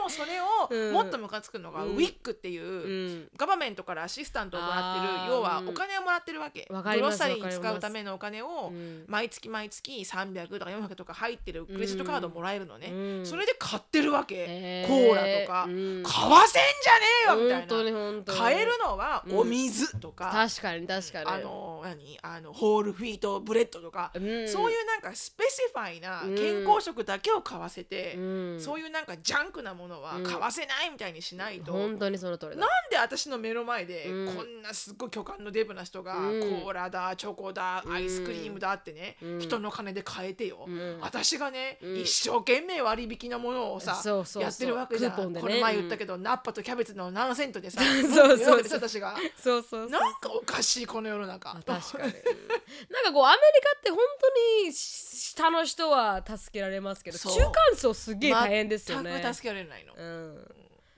もそれうんをもっとムカつくのが、うんウィックっていう。うんガバメントからアシスタントをもらってるあー要はうんお金をもらってるわけ、わかグりロッますサリわーにかり使まうすためのお金をうん毎月毎月300とか400とか入ってるクレジットカードもらえるのね、うんそれで買ってるわけ、へーコーラとか、うん買わせんじゃねえよみた本い当にな本当に買えるのはお水とか、確かに確かにあの何あのホールフィートブレッドとか、うんそういうなんかスペシファイなうん健康食だけを買わせて、うんそういうなんかジャンクなものはうん買わせないみたいにしないと、本当にその通りだなんで私の目の前で、うんこんなすっごい巨漢のデブな人が、うんコーラだチョコだアイスクリームだってね、うん人の金で買えてよ、うん私がね、うん一生懸命割引のものをさそうそうそうやってるわけじゃん、クーポンでねこの前言ったけど、ナッパとキャベツの何セントでさ そうそうそうやってるわけでしょ私がそうそうなんかおかしいこの世の中まあ確かになんかこうアメリカって本当に下の人は助けられますけどそう中間層すげえ大変ですよね全く助けられないの、うん、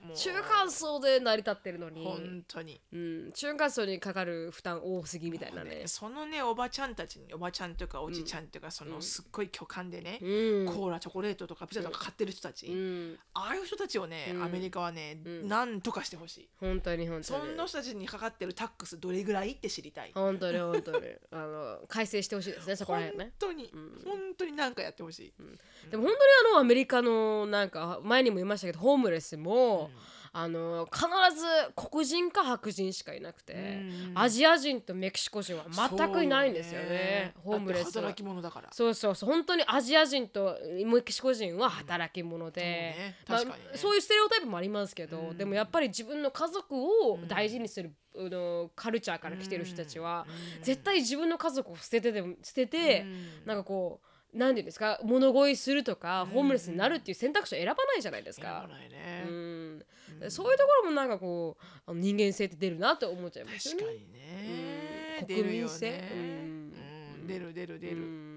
もう中間層で成り立ってるのに、本当にうん、中間層にかかる負担多すぎみたいなねねそのねおばちゃんたちにおばちゃんとかおじちゃんとか、そのすっごい巨漢でね、うんコーラチョコレートとかピザとか買ってる人たち、うんああいう人たちをね、うんアメリカはね、うんなんとかしてほしい。本当に本当そにの人たちにかかってるタックスどれぐらいって知りたい。本当に本当にあの改正してほしいですねそこら本辺ね当に、本当になんかやってほしい。でも本当にあのアメリカのなんか前にも言いましたけどホームレスも、あの必ず黒人か白人しかいなくて、うんアジア人とメキシコ人は全くいないんですよねそうホームレだっスては働き者だから。そうそうそう本当にアジア人とメキシコ人は働き者で、そうね確かにねまあ、そういうステレオタイプもありますけど、うんでもやっぱり自分の家族を大事にする、あのカルチャーから来てる人たちは、うん絶対自分の家族を捨ててでも捨てて、うんなんかこう何て言うんですか物乞いするとか、ホームレスになるっていう選択肢を選ばないじゃないです選ばか。ないね。うんそういうところもなんかこうあの人間性って出るなって思っちゃいますよ確ねか。にね。うん出るよ国民性ねううんん出る出る出る。ううんん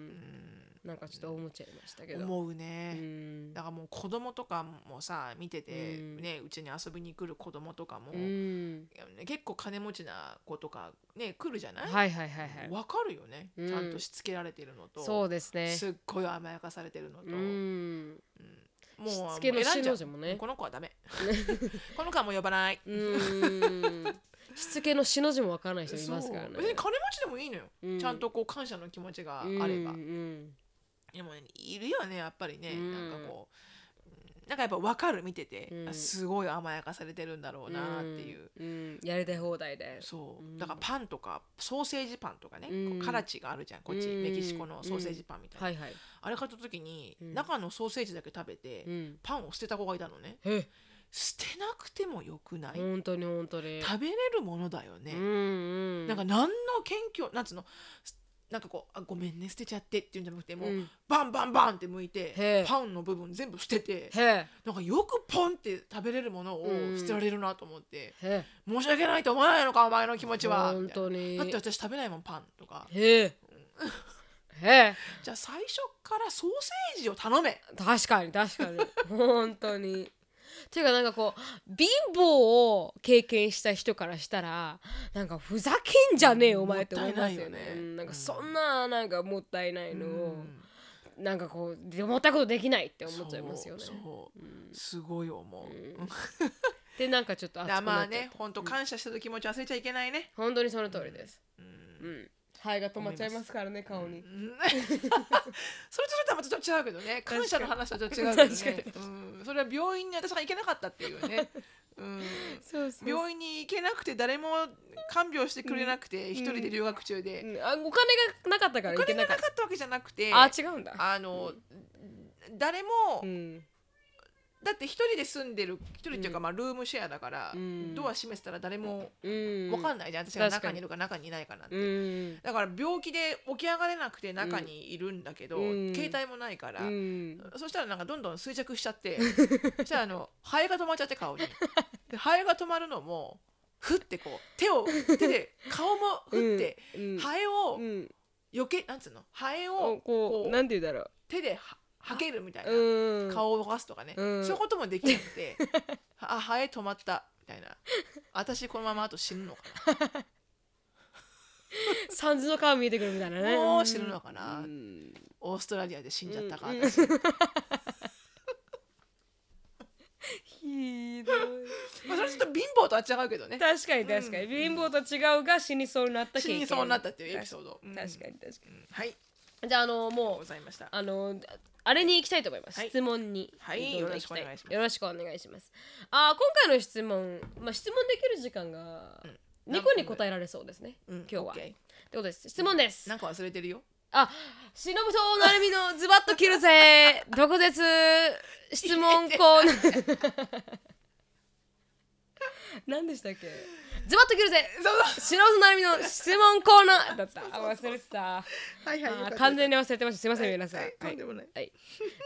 なんかちょっと思っちゃいましたけど。思うね。うんだからもう子供とかもさ見ててうんねうち、に遊びに来る子供とかも、うん結構金持ちな子とかね来るじゃない、はいはいはいはい。わかるよね、うんちゃんとしつけられてるのとそうですね。すっごい甘やかされてるのと、うん。もうしつけのもう選んじゃしのう字もねうこの子 はダメこの子はもう呼ばない、うん。しつけのしの字もわからない人いそうます別からにね。金持ちでもいいのよ、うんちゃんとこう感謝の気持ちがあれば、うんうんでもねいるよねやっぱりね、うんなんかこううんなんかやっぱ分かる見てて、うんあすごい甘やかされてるんだろうなっていう、うん、うんやりたい放題でそううんだからパンとかソーセージパンとかね、うんこうカラチがあるじゃんこっち、うんメキシコのソーセージパンみたいな、はいはい、あれ買った時に、うん中のソーセージだけ食べて、うん、パンを捨てた子がいたのねえ捨てなくてもよくない、本当に本当に食べれるものだよね、うんうんなんか何の謙虚なんつうのすなんかこうあごめんね捨てちゃってっていうんじゃなくてもう、うんバンバンバンって剥いへてえパンの部分全部捨ててへえなんかよくポンって食べれるものをうん捨てられるなと思って、へえ申し訳ないと思わないのかお前の気持ちは本当みにたいなだって私食べないもんパンとかへえへえじゃあ最初からソーセージを頼め確かに確かに本当にっていうかなんかこう貧乏を経験した人からしたらなんかふざけんじゃねえよお前って思いますよねもったいないよねうんなんうかんそんななんかもったいないのうを、んなんかこうでもったいことできないって思っちゃいますよねそうそううんすごい思う、うんうんだかでなんかちょっと熱らくまなっちあゃっねた本当感謝してる気持ち忘れちゃいけないね、本当にその通りですうんうん肺が止まっちゃいますからね顔にうん それとそれとはまたちょっと違うけどねかに感謝の話とちょっと違うけど確ね、うん、それは病院に私が行けなかったっていうね、うん、そうそう病院に行けなくて誰も看病してくれなくて一人で留学中で、うんあお金がなかったからおいけ金ながなかかっったわけじゃなくてたあ違うんだあの、誰も、うんだって一人で住んでる一人っていうか、うんまあ、ルームシェアだから、うんドア閉めてたら誰もうん分かんないじゃん、私が確か中ににいるか中にいないかなんて。うんだから病気で起き上がれなくて中にいるんだけど、うん携帯もないから、うんそしたらなんかどんどん衰弱しちゃっ てそしたらあのハエが止まっちゃって顔にでハエが止まるのもふってこう手を手で顔もふって、うんハエをうんよけなんつうのハエおをここううなんて言うんだろ手でははけるみたいな、ううん顔を動かすとかね、うんそういうこともできなくて あハエ止まったみたいな私このままあと死ぬのか三途の川見えてくるみたいなねもう死ぬのかなうんオーストラリアで死んじゃったか、うん私ひどいまあ、それちょっと貧乏とは違うけどね 確かに確かに貧乏と違うが死にそうになった経死験にそうになったっていうエピソード、うん確かに確かうんはいにじゃああのもうございましたあのあれに行きたいと思います、はい質問にはいどんどん行きたよろしくお願いしますよろしくお願いしますあー今回の質問、まあ、質問できる時間がん2個に答えられそうですね、うん今日は、オッケっーてことです質問ですなんか忘れてるよ。あしのぶとなるみのズバッと切る ぜ毒舌質問コーナー 何でしたっけズバッと切るぜしのぶとなるみの質問コーナーだったあ忘れてたあはいはい。ー完全に。に忘れてましたすいません皆さん、はいとはんいでもない。はい、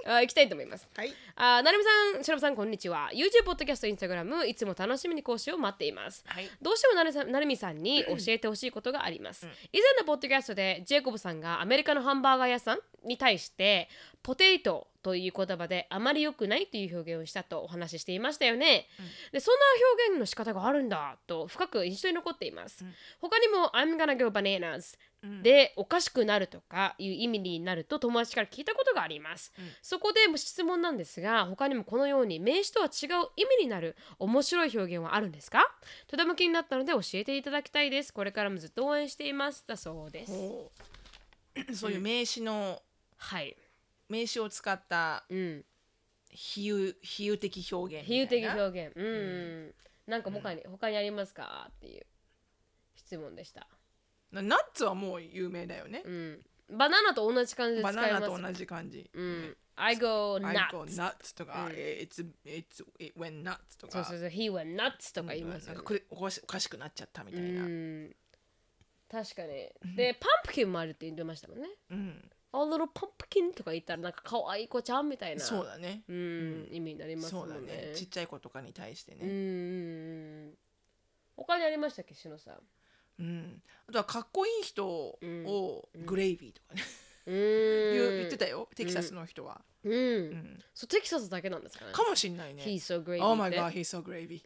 あー行きたいと思います。はい。あーなるみさん、しのぶさん、こんにちは。YouTube、ポッドキャスト、Instagram、いつも楽しみに講師を待っています。はい。どうしてもなるさんなるみさんに教えてほしいことがあります。以前のポッドキャストで、ジェイコブさんがアメリカのハンバーガー屋さんに対して、ポテイトという言葉であまり良くないという表現をしたとお話ししていましたよね。でそんな表現の仕方があるんだと深く印象に残っています。うん他にも、I'm gonna go bananas うん、でおかしくなるとかいう意味になると友達から聞いたことがあります、うんそこで質問なんですが他にもこのように名詞とは違う意味になる面白い表現はあるんですかとても気になったので教えていただきたいですこれからもずっと応援していますだそうですほうそういう名詞のはい名詞を使ったうん比喩比喩的表現比喩みたい的な。表現うん、なんか他に、他にありますかっていう質問でしたなナッツはもう有名だよねう。んバナナと同じ感じで使バいますナナと同じ感じ。うん I go I go nuts nuts とか、うん it's it's it went nuts とそうかそう。そう He went nuts とか言いますよなねんかこれおかしおかしくなっちゃったみたいうな。ん確かに でパンプキンもあるって言ってましたもんねうん。 「あ little パンプキン」とか言ったらなんか可愛い子ちゃんみたいなそうだね。うん意味になりますそもうんだねね。ちっちゃい子とかに対してうんうね。んうん他にありましたっけしのさんうん。あとはかっこいい人をグレイビーとかね。うん言う言ってたよテキサスの人は、うん、うんそうテキサスだけなんですかねかもしんないね He's so great Oh my って god he's so gravy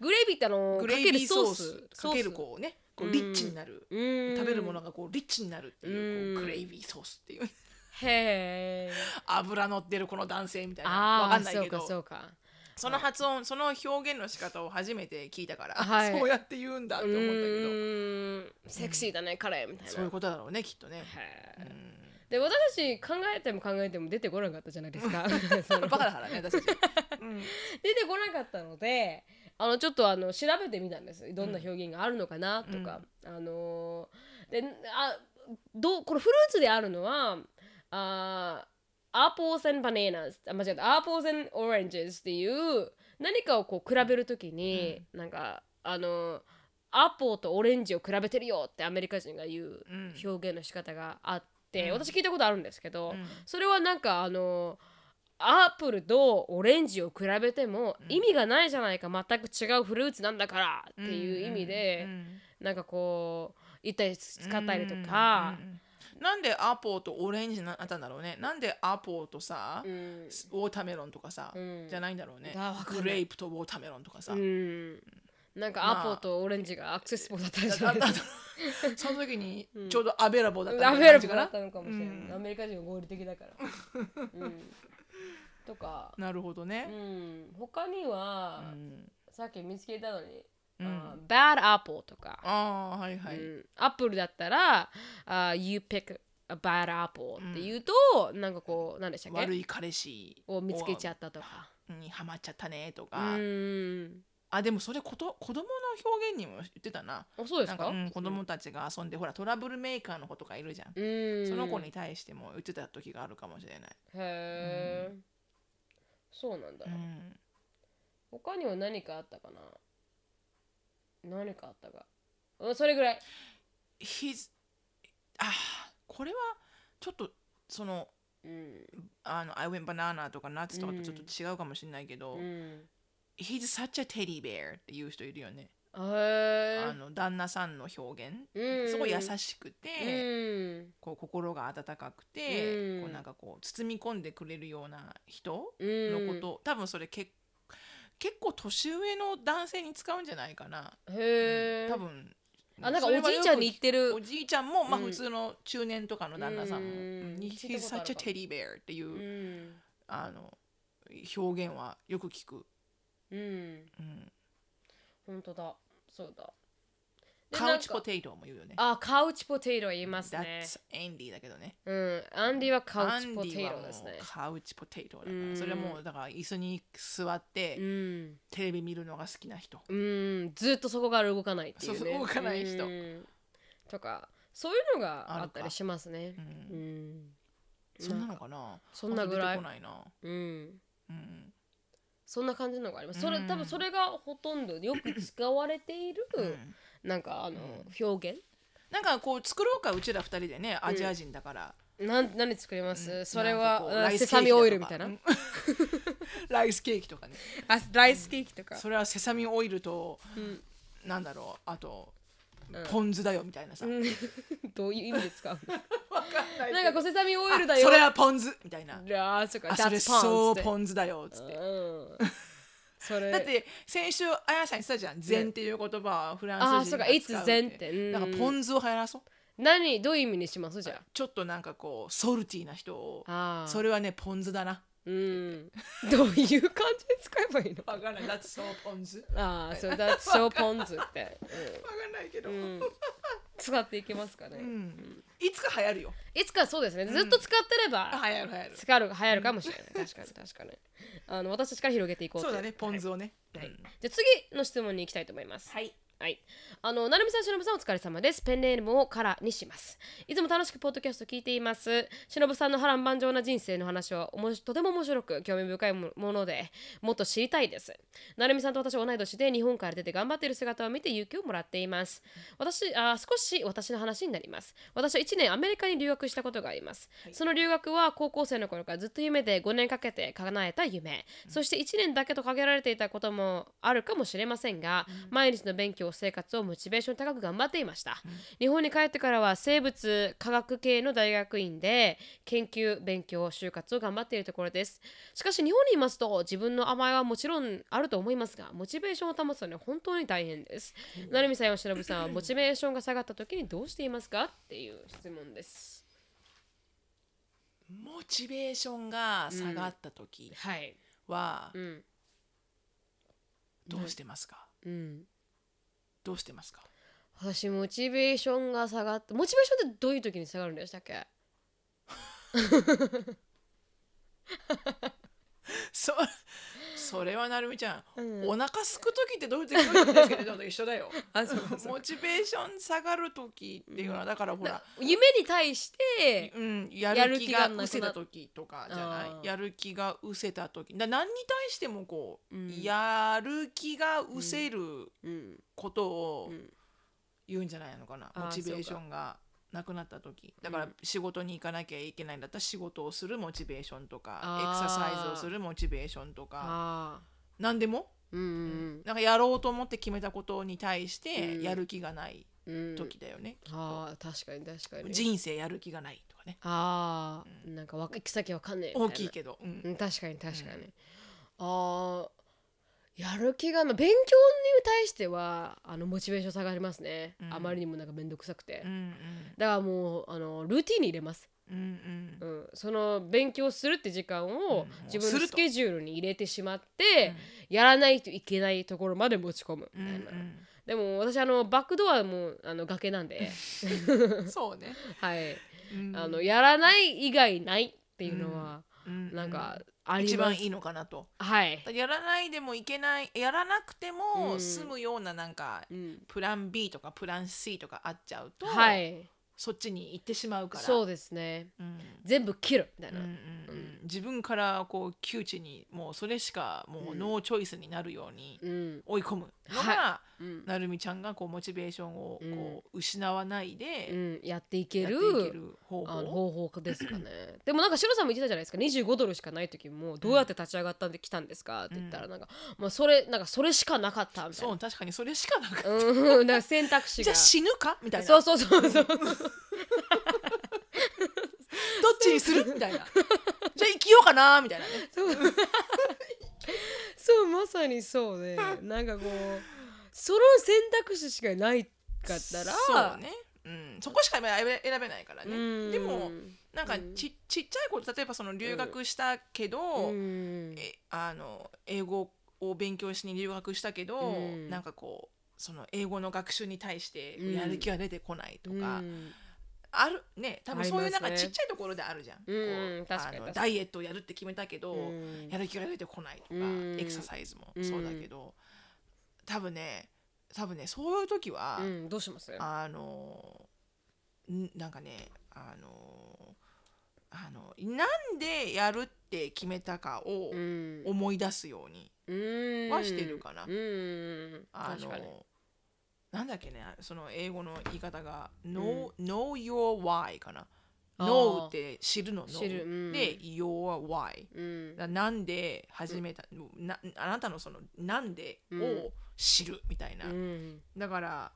グレイビーってあのグレイビーソーかけスるソかースけるこうねこうリッチになる、うん食べるものがこうリッチになるっていううこうんグレイビーソースっていう へえ油乗ってるこの男性みたいなわあかあんないそうけかどそそうかの発音その表現の仕方を初めて聞いたから、はいそうやって言うんだってう思ったけどんセクシーだね彼みたいなそういうことだろうねきっとね、へうえんで私たち考えても考えても出てこなかったじゃない ですかそのバカだからね私たち、うん出てこなかったのであのちょっとあの調べてみたんですどんな表現があるのかなとか、あのーであどうこのフルーツであるのはあアーポーセンバナナあ間違ったアーポーセンオレンジズっていう何かをこう比べるときに、なんかあのアポとオレンジを比べてるよってアメリカ人が言ううん表現の仕方があって、うん私聞いたことあるんですけど、うんそれはなんかあのアップルとオレンジを比べてもうん意味がないじゃないか全く違うフルーツなんだからっていう意味で、うんうんなんかこう言ったり使ったりとうかん、うんうんうんなんでアポーとオレンジなあったんだろうねなんでアポーとさ、うんウォーターメロンとかさ、うんじゃないんだろうねあわかんないグレープとウォーターメロンとかさ、うんなんかまあアポとオレンジがアクセスボーだったんじゃだないだだその時にちょうどアベラボーだったアみメたいなリ感じカかだなったのかもしれない、うんアメリカ人は合理的だから、うん、とか、なるほどうね、ん、他には、うんさっき見つけたのに、うんあー Bad Apple とかああはいはい、うんアップルだったら、あー You pick a bad apple って言うと、なんかこう、なんでしたっけ悪い彼氏を見つけちゃったとか。にハマっちゃったねとうか、ーん。あでもそれこと子供の表現にも言ってたなあそうでなすんか、かうん、子供たちが遊んでほらトラブルメーカーの子とかいるじゃん、うーん。その子に。対しても言ってた時があるかもしれない、へー。そうなんだう。ん、他には何かあったかな何かあったか。うんそれぐらい。 His あこれはちょっとそのうん。あの I went banana とか nuts とかとちょっと違うかもしれないけど、うん He's such a teddy bear っていう人いるよね、へーあの旦那さんの表現、うんすごい優しくて、うん。こう心が温かくて、うんこうなんかこう包み込んでくれるような人うのん。こと、多分それ結結構年上の男性に使うんじゃないかな、へー多分あ、なんかそおれはじよいくちゃんに言ってるお。じいちゃんも、まあ、うん普通の中年とかの旦那さんうもん「うん He's 聞いたことあ such a る teddy bear」っていう、うん。あの表現はよく聞く、うん。うん、本当だそうだでカウチポなんかテイトも言うよねあカウチポテイト言いますね That's Andy だけどねうんアンディはカアウチンポデティイはトもうですねカウチポテイトだかうらんそれはもうだから椅子に座って、うんテレビ見るのが好きな人うんずっとそこから動かないっていうねそうそう動かない人うんとかそういうのがあったりあるかしますねううんんそんなのかなそんなぐらあんいま出てこないなうんうんそんな感じのがありますそれうん多分それがほとんどよく使われているうんなんかあのうん表現なんかこう作ろうかうちら二人でねアジア人だから、なん何作りまうんすそれはなんかこううんライスケセーサキだとかミオイルみたいなうん ライスケーキとかねあライスケーキと かそれはセサミンオイルとうんなんだろうあとうんポン酢だよみたいなさ、うんどういう意味で使うわかんないの なんかこうセサミオイルだあよそれはポン酢みたいなあーそっかあそれ That's Pons そっうてポン酢だよつってうんそれ だって先週あやさん言ってたじゃん「禅」っていう言葉はフラあンースそ人っかがいつ使う善ってうんだからポン酢を流行らそう何どういう意味にしますじゃちょっとなんかこうソルティーな人をああーそれはねポン酢だなうんどういう感じで使えばいい のわかんない「That's so ポン酢」わああそう That's so Pons ってかんないけど、ううんんうん使っていけますかねいつか流行るよいつかそうですねずっと使ってれ流ば行る流行る使う流行るかもしれない確かに確かにあの私たちから広げていこうとそうだねポン酢をね、はいうん、じゃあ次の質問に行きたいと思います。はい。はい。あの、なるみさん、しのぶさん、お疲れ様です。ペンネームをからにします。いつも楽しくポッドキャスト聞いています。しのぶさんの波乱万丈な人生の話はおもしとても面白く、興味深いももので、もっと知りたいです。なるみさんと私は同い年で、日本から出て頑張っている姿を見て勇気をもらっています。私、あ少し私の話になります。私は1年アメリカに留学したことがあります。その留学は高校生の頃からずっと夢で5年かけて叶えた夢、そして1年だけと限られていたこともあるかもしれませんが、毎日の勉強生活をモチベーション高く頑張っていました、日本に帰ってからは生物科学系の大学院で研究勉強就活を頑張っているところですしかし日本にいますと自分の甘えはもちろんあると思いますがモチベーションを保つのに本当に大変ですなるみさんやしのぶさんはモチベーションが下がった時にどうしていますかっていう質問ですモチベーションが下がった時はいはうんどうしてますか、うんどうしてますか 私モチベーションが下がってモチベーションってどういう時に下がるんでしたっけそそれはなるみちゃん、うんお腹すく時ってどういう時どういう時ですけど一緒だよ あ そうそうモチベーション下がる時っていうのはだからほら、夢に対してうん、やる気がやる気がなくな失せた時とかじゃあなーいやる気が失せた時だ何に対してもこう、うんやる気が失せるうんことをうん言うんじゃないのかな、あーモチベーションがなくなった時だかうらん仕事に行かなきゃいけないんだったら仕事をするモチベーションとかあーエクササイズをするモチベーションとかあ何でも、ーうんなんかやろうと思って決めたことに対してうんやる気がないうんうん時だよね、あー確かに確かに人生やる気がないとかねあうーなんかわ行き先わかんねえみたいな大きいけど、うんうん確かに確かに、うあーやる気がな勉強に対してはあのモチベーション下がりますね、うんあまりにもなんかめんどくさくて、うんうんだからもうあのルーティンに入れます、うんうんうん、その勉強するって時間をうん自分すのるスとケジュールに入れてしまって、やらないといけないところまで持ち込むうみんたいな、でも私あのバックドアもあの崖なんで、うんそうね、はい、うんあのやらない以外ないっていうのは、ううなんかあり一ま番す、いいのかなとはい、やらないでもいけないやらなくてうもん済むようななんか、うん、プラン B とかプラン C とかあっちゃうと、はいそっちに行ってしまうからそうですねうん全部切るみたいうんな、うんうん自分からこう窮地にもうそれしかもううんノーチョイスになるようにうん追い込むのが、はうんなるみちゃんがこうモチベーションをこう失わないうんでやっていけやっているける方あの法方法です かねでもなんかシロさんも言ってたじゃないですか25ドルしかない時もどうやって立ち上がったんで来たんですかって言ったらなんか、まあ、それなんかそれしかなかったみたいそなう確かにそれしかなかったうんだから選択肢じゃがあ死ぬかみたいなそうそうそう そうどっちにするみたいな。じゃあ生きようかなみたいなね。そうそうまさにそう ねなんかこうその選択肢しかないかったらそうね。うん、そこしか選べ選べないからうんね。でもなんかうんちちっちゃいこと例えばその留学したけど、うんえあの英語を勉強しに留学したけど、うんなんかこうその英語の学習に対してうんやる気が出てこないとか、うんあるね多分そういうなあんかりますちねっちゃいところであるじゃん。うんこう確かにあの確かダイエットをやるって決めたけど、うんやる気が出てこないとか、うんエクササイズもそうだけど、多分ね多分ねそういう時は、うん、どうしますあのんなんかねあのあのなんでやるって決めたかをうん思い出すように、うんはしてるかなうんあ確かにのなんだっけねその英語の言い方が「know,、know your why」かな「あー know」って知るの「知る know うんで「your why」うんだなんで始めた、なあなたのその「なんで」うんを知るみたいな、うんだから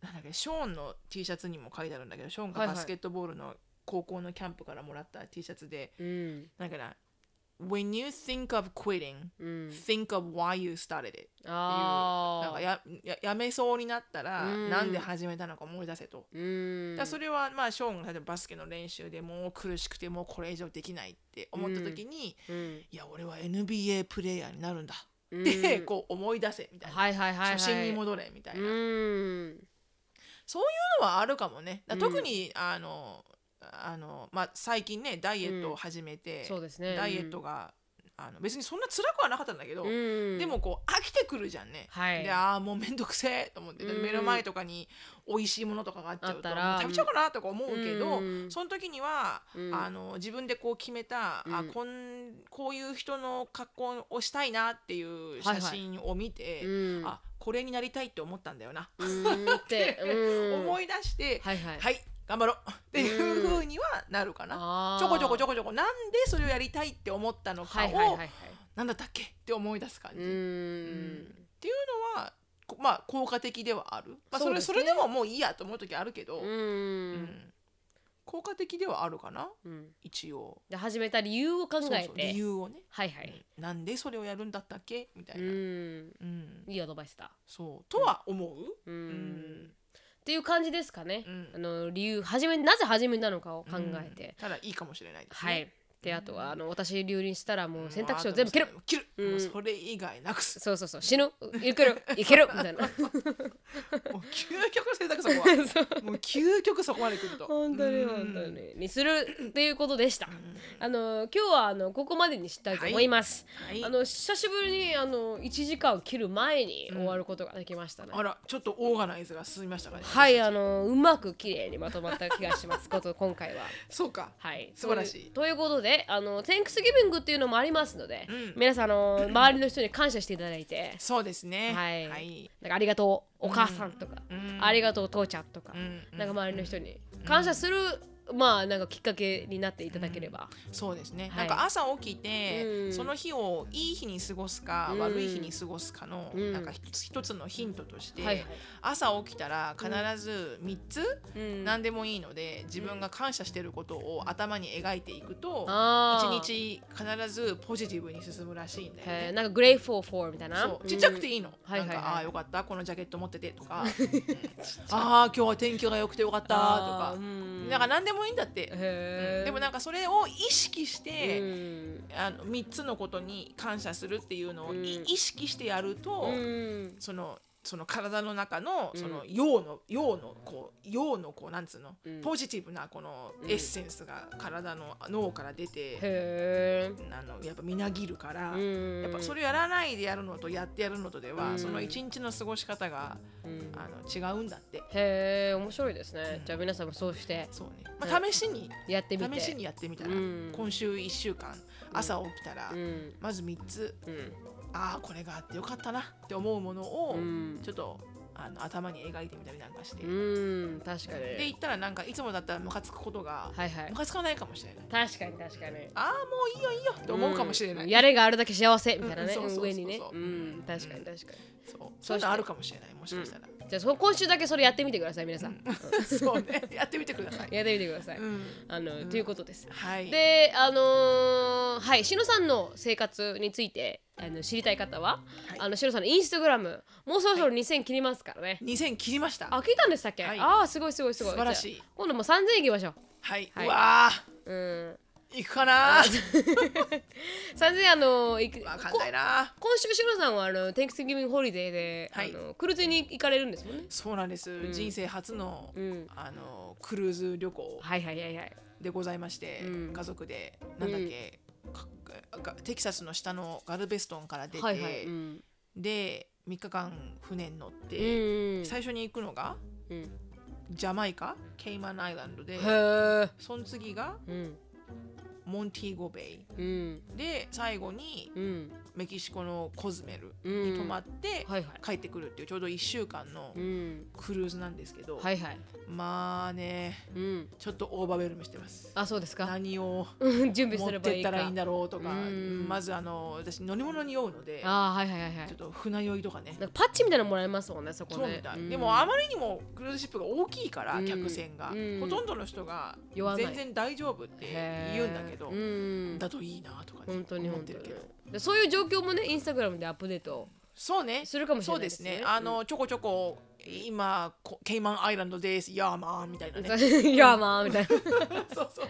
なんだっけショーンの T シャツにも書いてあるんだけどショーンはがいはいバスケットボールの高校のキャンプからもらった T シャツで、うんなんかな「When you think of quitting うん、 think of why you started it」あーなんかやややめそうになったら、うんなんで始めたのか思い出せと。うんだからそれはまあショーンが例えばバスケの練習でもう苦しくてもうこれ以上できないって思った時に、うんいや俺は NBA プレイヤーになるんだうんって、 こう思い出せみたいな、はいはいはい、はい、初心に戻れみたいうな、んそういうのはあるかもねだからうん特に、あのあの、まあ、最近ねダイエットを始めて、そうですねダイエットが、あの別にそんな辛くはなかったんだけど、うん、でもこう飽きてくるじゃんね、はいでああもうめんどくせえと思って、うん目の前とかに美味しいものとかがあっちゃうとあったらもう食べちゃおうかなとか思うけど、うんその時には、うんあの自分でこう決めた、うんあこんこういう人の格好をしたいなっていはういは写い真を見て、うん、あこれになりたいって思ったんだよな、うんって、うん、 思いい出して、はいはい、はい頑張ろうっていう風にはなるかな。あちょこちょこちょここちょこなんでそれをやりたいって思ったのかはを、いはいはいはいなんだったっけって思い出す感うじ、んっていうのはこまあ効果的ではある、まあ、そそうれですそねれでももういいやと思う時あるけど、ううんん効果的ではあるかなうん一応で始めた理由を考えてそうそう理由をね、はいはい、うんなんでそれをやるんだったっけみたいな、うんうん、いいアドバイスだ。そうとは思う、ううんんっていう感じですかね。うんあの理由始めなぜ始めたのかを考えて、うんただいいかもしれないですねはい。であとはあの私留任したらももうう選択肢を全部切る。あと切る、うんもうそれ以外なくす そうそうそう死ぬ生きるいけるみたいな。ももう究極の選択そこはそう もう究極そこまで来ると本当にうん本当ににするっていうことでしたん。あの今日はあのここまでにしたいと思います。はいあの久しぶりにあの1時間を切る前にうん終わることができましたね。あらちょっとオーガナイズが進みましたかねはいあのうまく綺麗にまとまった気がしますこと今回は。そうかはい、素晴らとしいいうということであの Thanksgiving っていうのもありますので、うん皆さんあの周りの人に感謝していただいて、そうですねはいはいなんかありがとうお母さんとか、うんありがとう父ちゃんとか、うんなんか周りの人に感謝する、まあなんかきっかけになっていただければ、そうですね、はいなんか朝起きて、うんその日をいい日に過ごすか、うん悪い日に過ごすかの、うんなんか一つ一つのヒントとして、はいはい朝起きたら必ず3つ、うん何でもいいので自分が感謝してることを頭に描いていくと、一あー日必ずポジティブに進むらしいんだよへーね。なんか grateful for みたいなそうちっちゃくてい、いいの、はいはいはいなんかああーよかったこのジャケット持ってて とかああ今日は天気が良くてよかったとあーかう、んなんか何でもいいんだって、へでもなんか、かそれを意識して、うんあの3つのことに感謝するっていうのをい、うん意識してやると、うんそのその体の中のうんその陽の陽のこう陽のこうなんつうの、うんポジティブなこのうんエッセンスが体の脳から出て、へあのやっぱみなぎるから、えやっぱそれをやらないでやるのとやってやるのとでは、うんその一日の過ごし方がうんあの違うんだって。へえ面白いですね、うんじゃあ皆さんもそうしてそうね。まあ、試しに、やってみて試しにやってみたうら、ん今週1週間朝起きたら、うんまず3つうんああこれがあってよかったなって思うものをうんちょっとあの頭に描いてみたりなんかして、うん確かにで言ったらなんかいつもだったらムカつくことが、はいはいムカつかないかもしれない確かに確かにああもういいよいいよって思うかもしれない、うんやれがあるだけ幸せみたいなね、うんそうそうそうそう上にね、、そううん確かに確かに、そうそういうのあるかもしれないもしかしたら、じゃあそ今週だけそれやってみてください皆さん、そうねやってみてください、やってみてください、うん、あのということですはいであのーはいしのさんの生活についてあの知りたい方は、はいあのしのさんのインスタグラムもうそろそろ2000切りますからね、 2000切りましたあ聞いたんでしたっけ、はいああすごいすごいすごい素晴らしいじゃあ今度もう3000いきましょはい、はいうわあううん行くかな3000あのいくわかんこないな今週しのさんはあの Thanksgiving ホリデーで、はいあのクルーズに行かれるんですもんねそうなんです、ん人生初の、うんあのクルーズ旅行はいはいはいはいでございまして、うん家族でなんだっけ、かがテキサスの下のガルベストンから出て、はいはいうんで3日間船に乗っうんて、うん最初に行くのがうんジャマイカケイマンアイランドでへえその次がうんモンティーゴベイうんで最後にうんメキシコのコズメルうんに泊まってはいはい帰ってくるっていうちょうど1週間のうんクルーズなんですけど、はいはいまあねうんちょっとオーバーウェルムしてます。あそうですか何をうん準備持すれっばていっいたからいいんだろうとかうんまずあの私乗り物に酔うのであーはいはいはいはいちょっと船酔いとかねなんかパッチみたいなのもらえますもんねそこねそうみたい、んでもあまりにもクルーズシップが大きいから、うん客船が、うんほとんどの人が酔わない全然大丈夫ってへー言うんだけど、うんだといいなとかね本当に思っ本て当るにけどでそういう状況もねインスタグラムでアップデートそうねするかもしれそうないですねあの、ちょこちょこ今こケイマンアイランドですヤーマンみたいなね いやまあみたい そうそうそう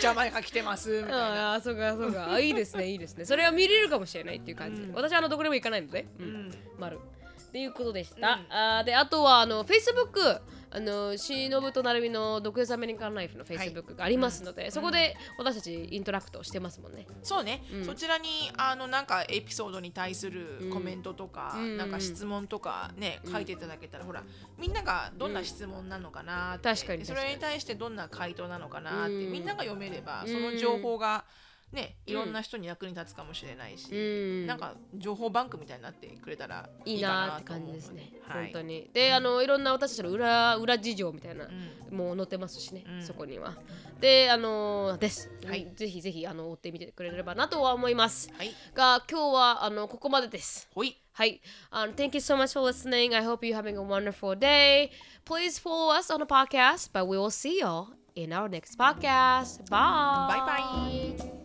ジャマイカ来てます みたいな。なあーそうかそうかあいいですねいいですねそれは見れるかもしれないっていう感じ、うん私はあのどこでも行かないので、ううんん丸っていうことでした、うんあーであとはあの Facebook あのしのぶとなるみの独立アメリカンライフの Facebook がありますので、そこで私たちイントラクトしてますもんね、そうね、うんそちらにあのなんかエピソードに対するコメントとか、うんなんか質問とかね、うん書いていただけたらほらみんながどんな質問なのかなって、うん確かにでそれに対してどんな回答なのかなって、うんみんなが読めればうんその情報がねいろんな人に役に立つかもしれないし、うんなんか情報バンクみたいになってくれたらいいいいかなーなってと感思じうのですね、はい、本当にであのいろんな私たちの裏裏事情みたいなう、んもう載ってますしね、うんそこにはであのーです、はいぜひぜひあの追ってみてくれればなとは思いますはい、が今日はあのここまでですほい Hi. Um, thank you so much for listening. I hope you're having a wonderful day. Please follow us on the podcast, but we will see y'all in our next podcast. Bye. Bye-bye.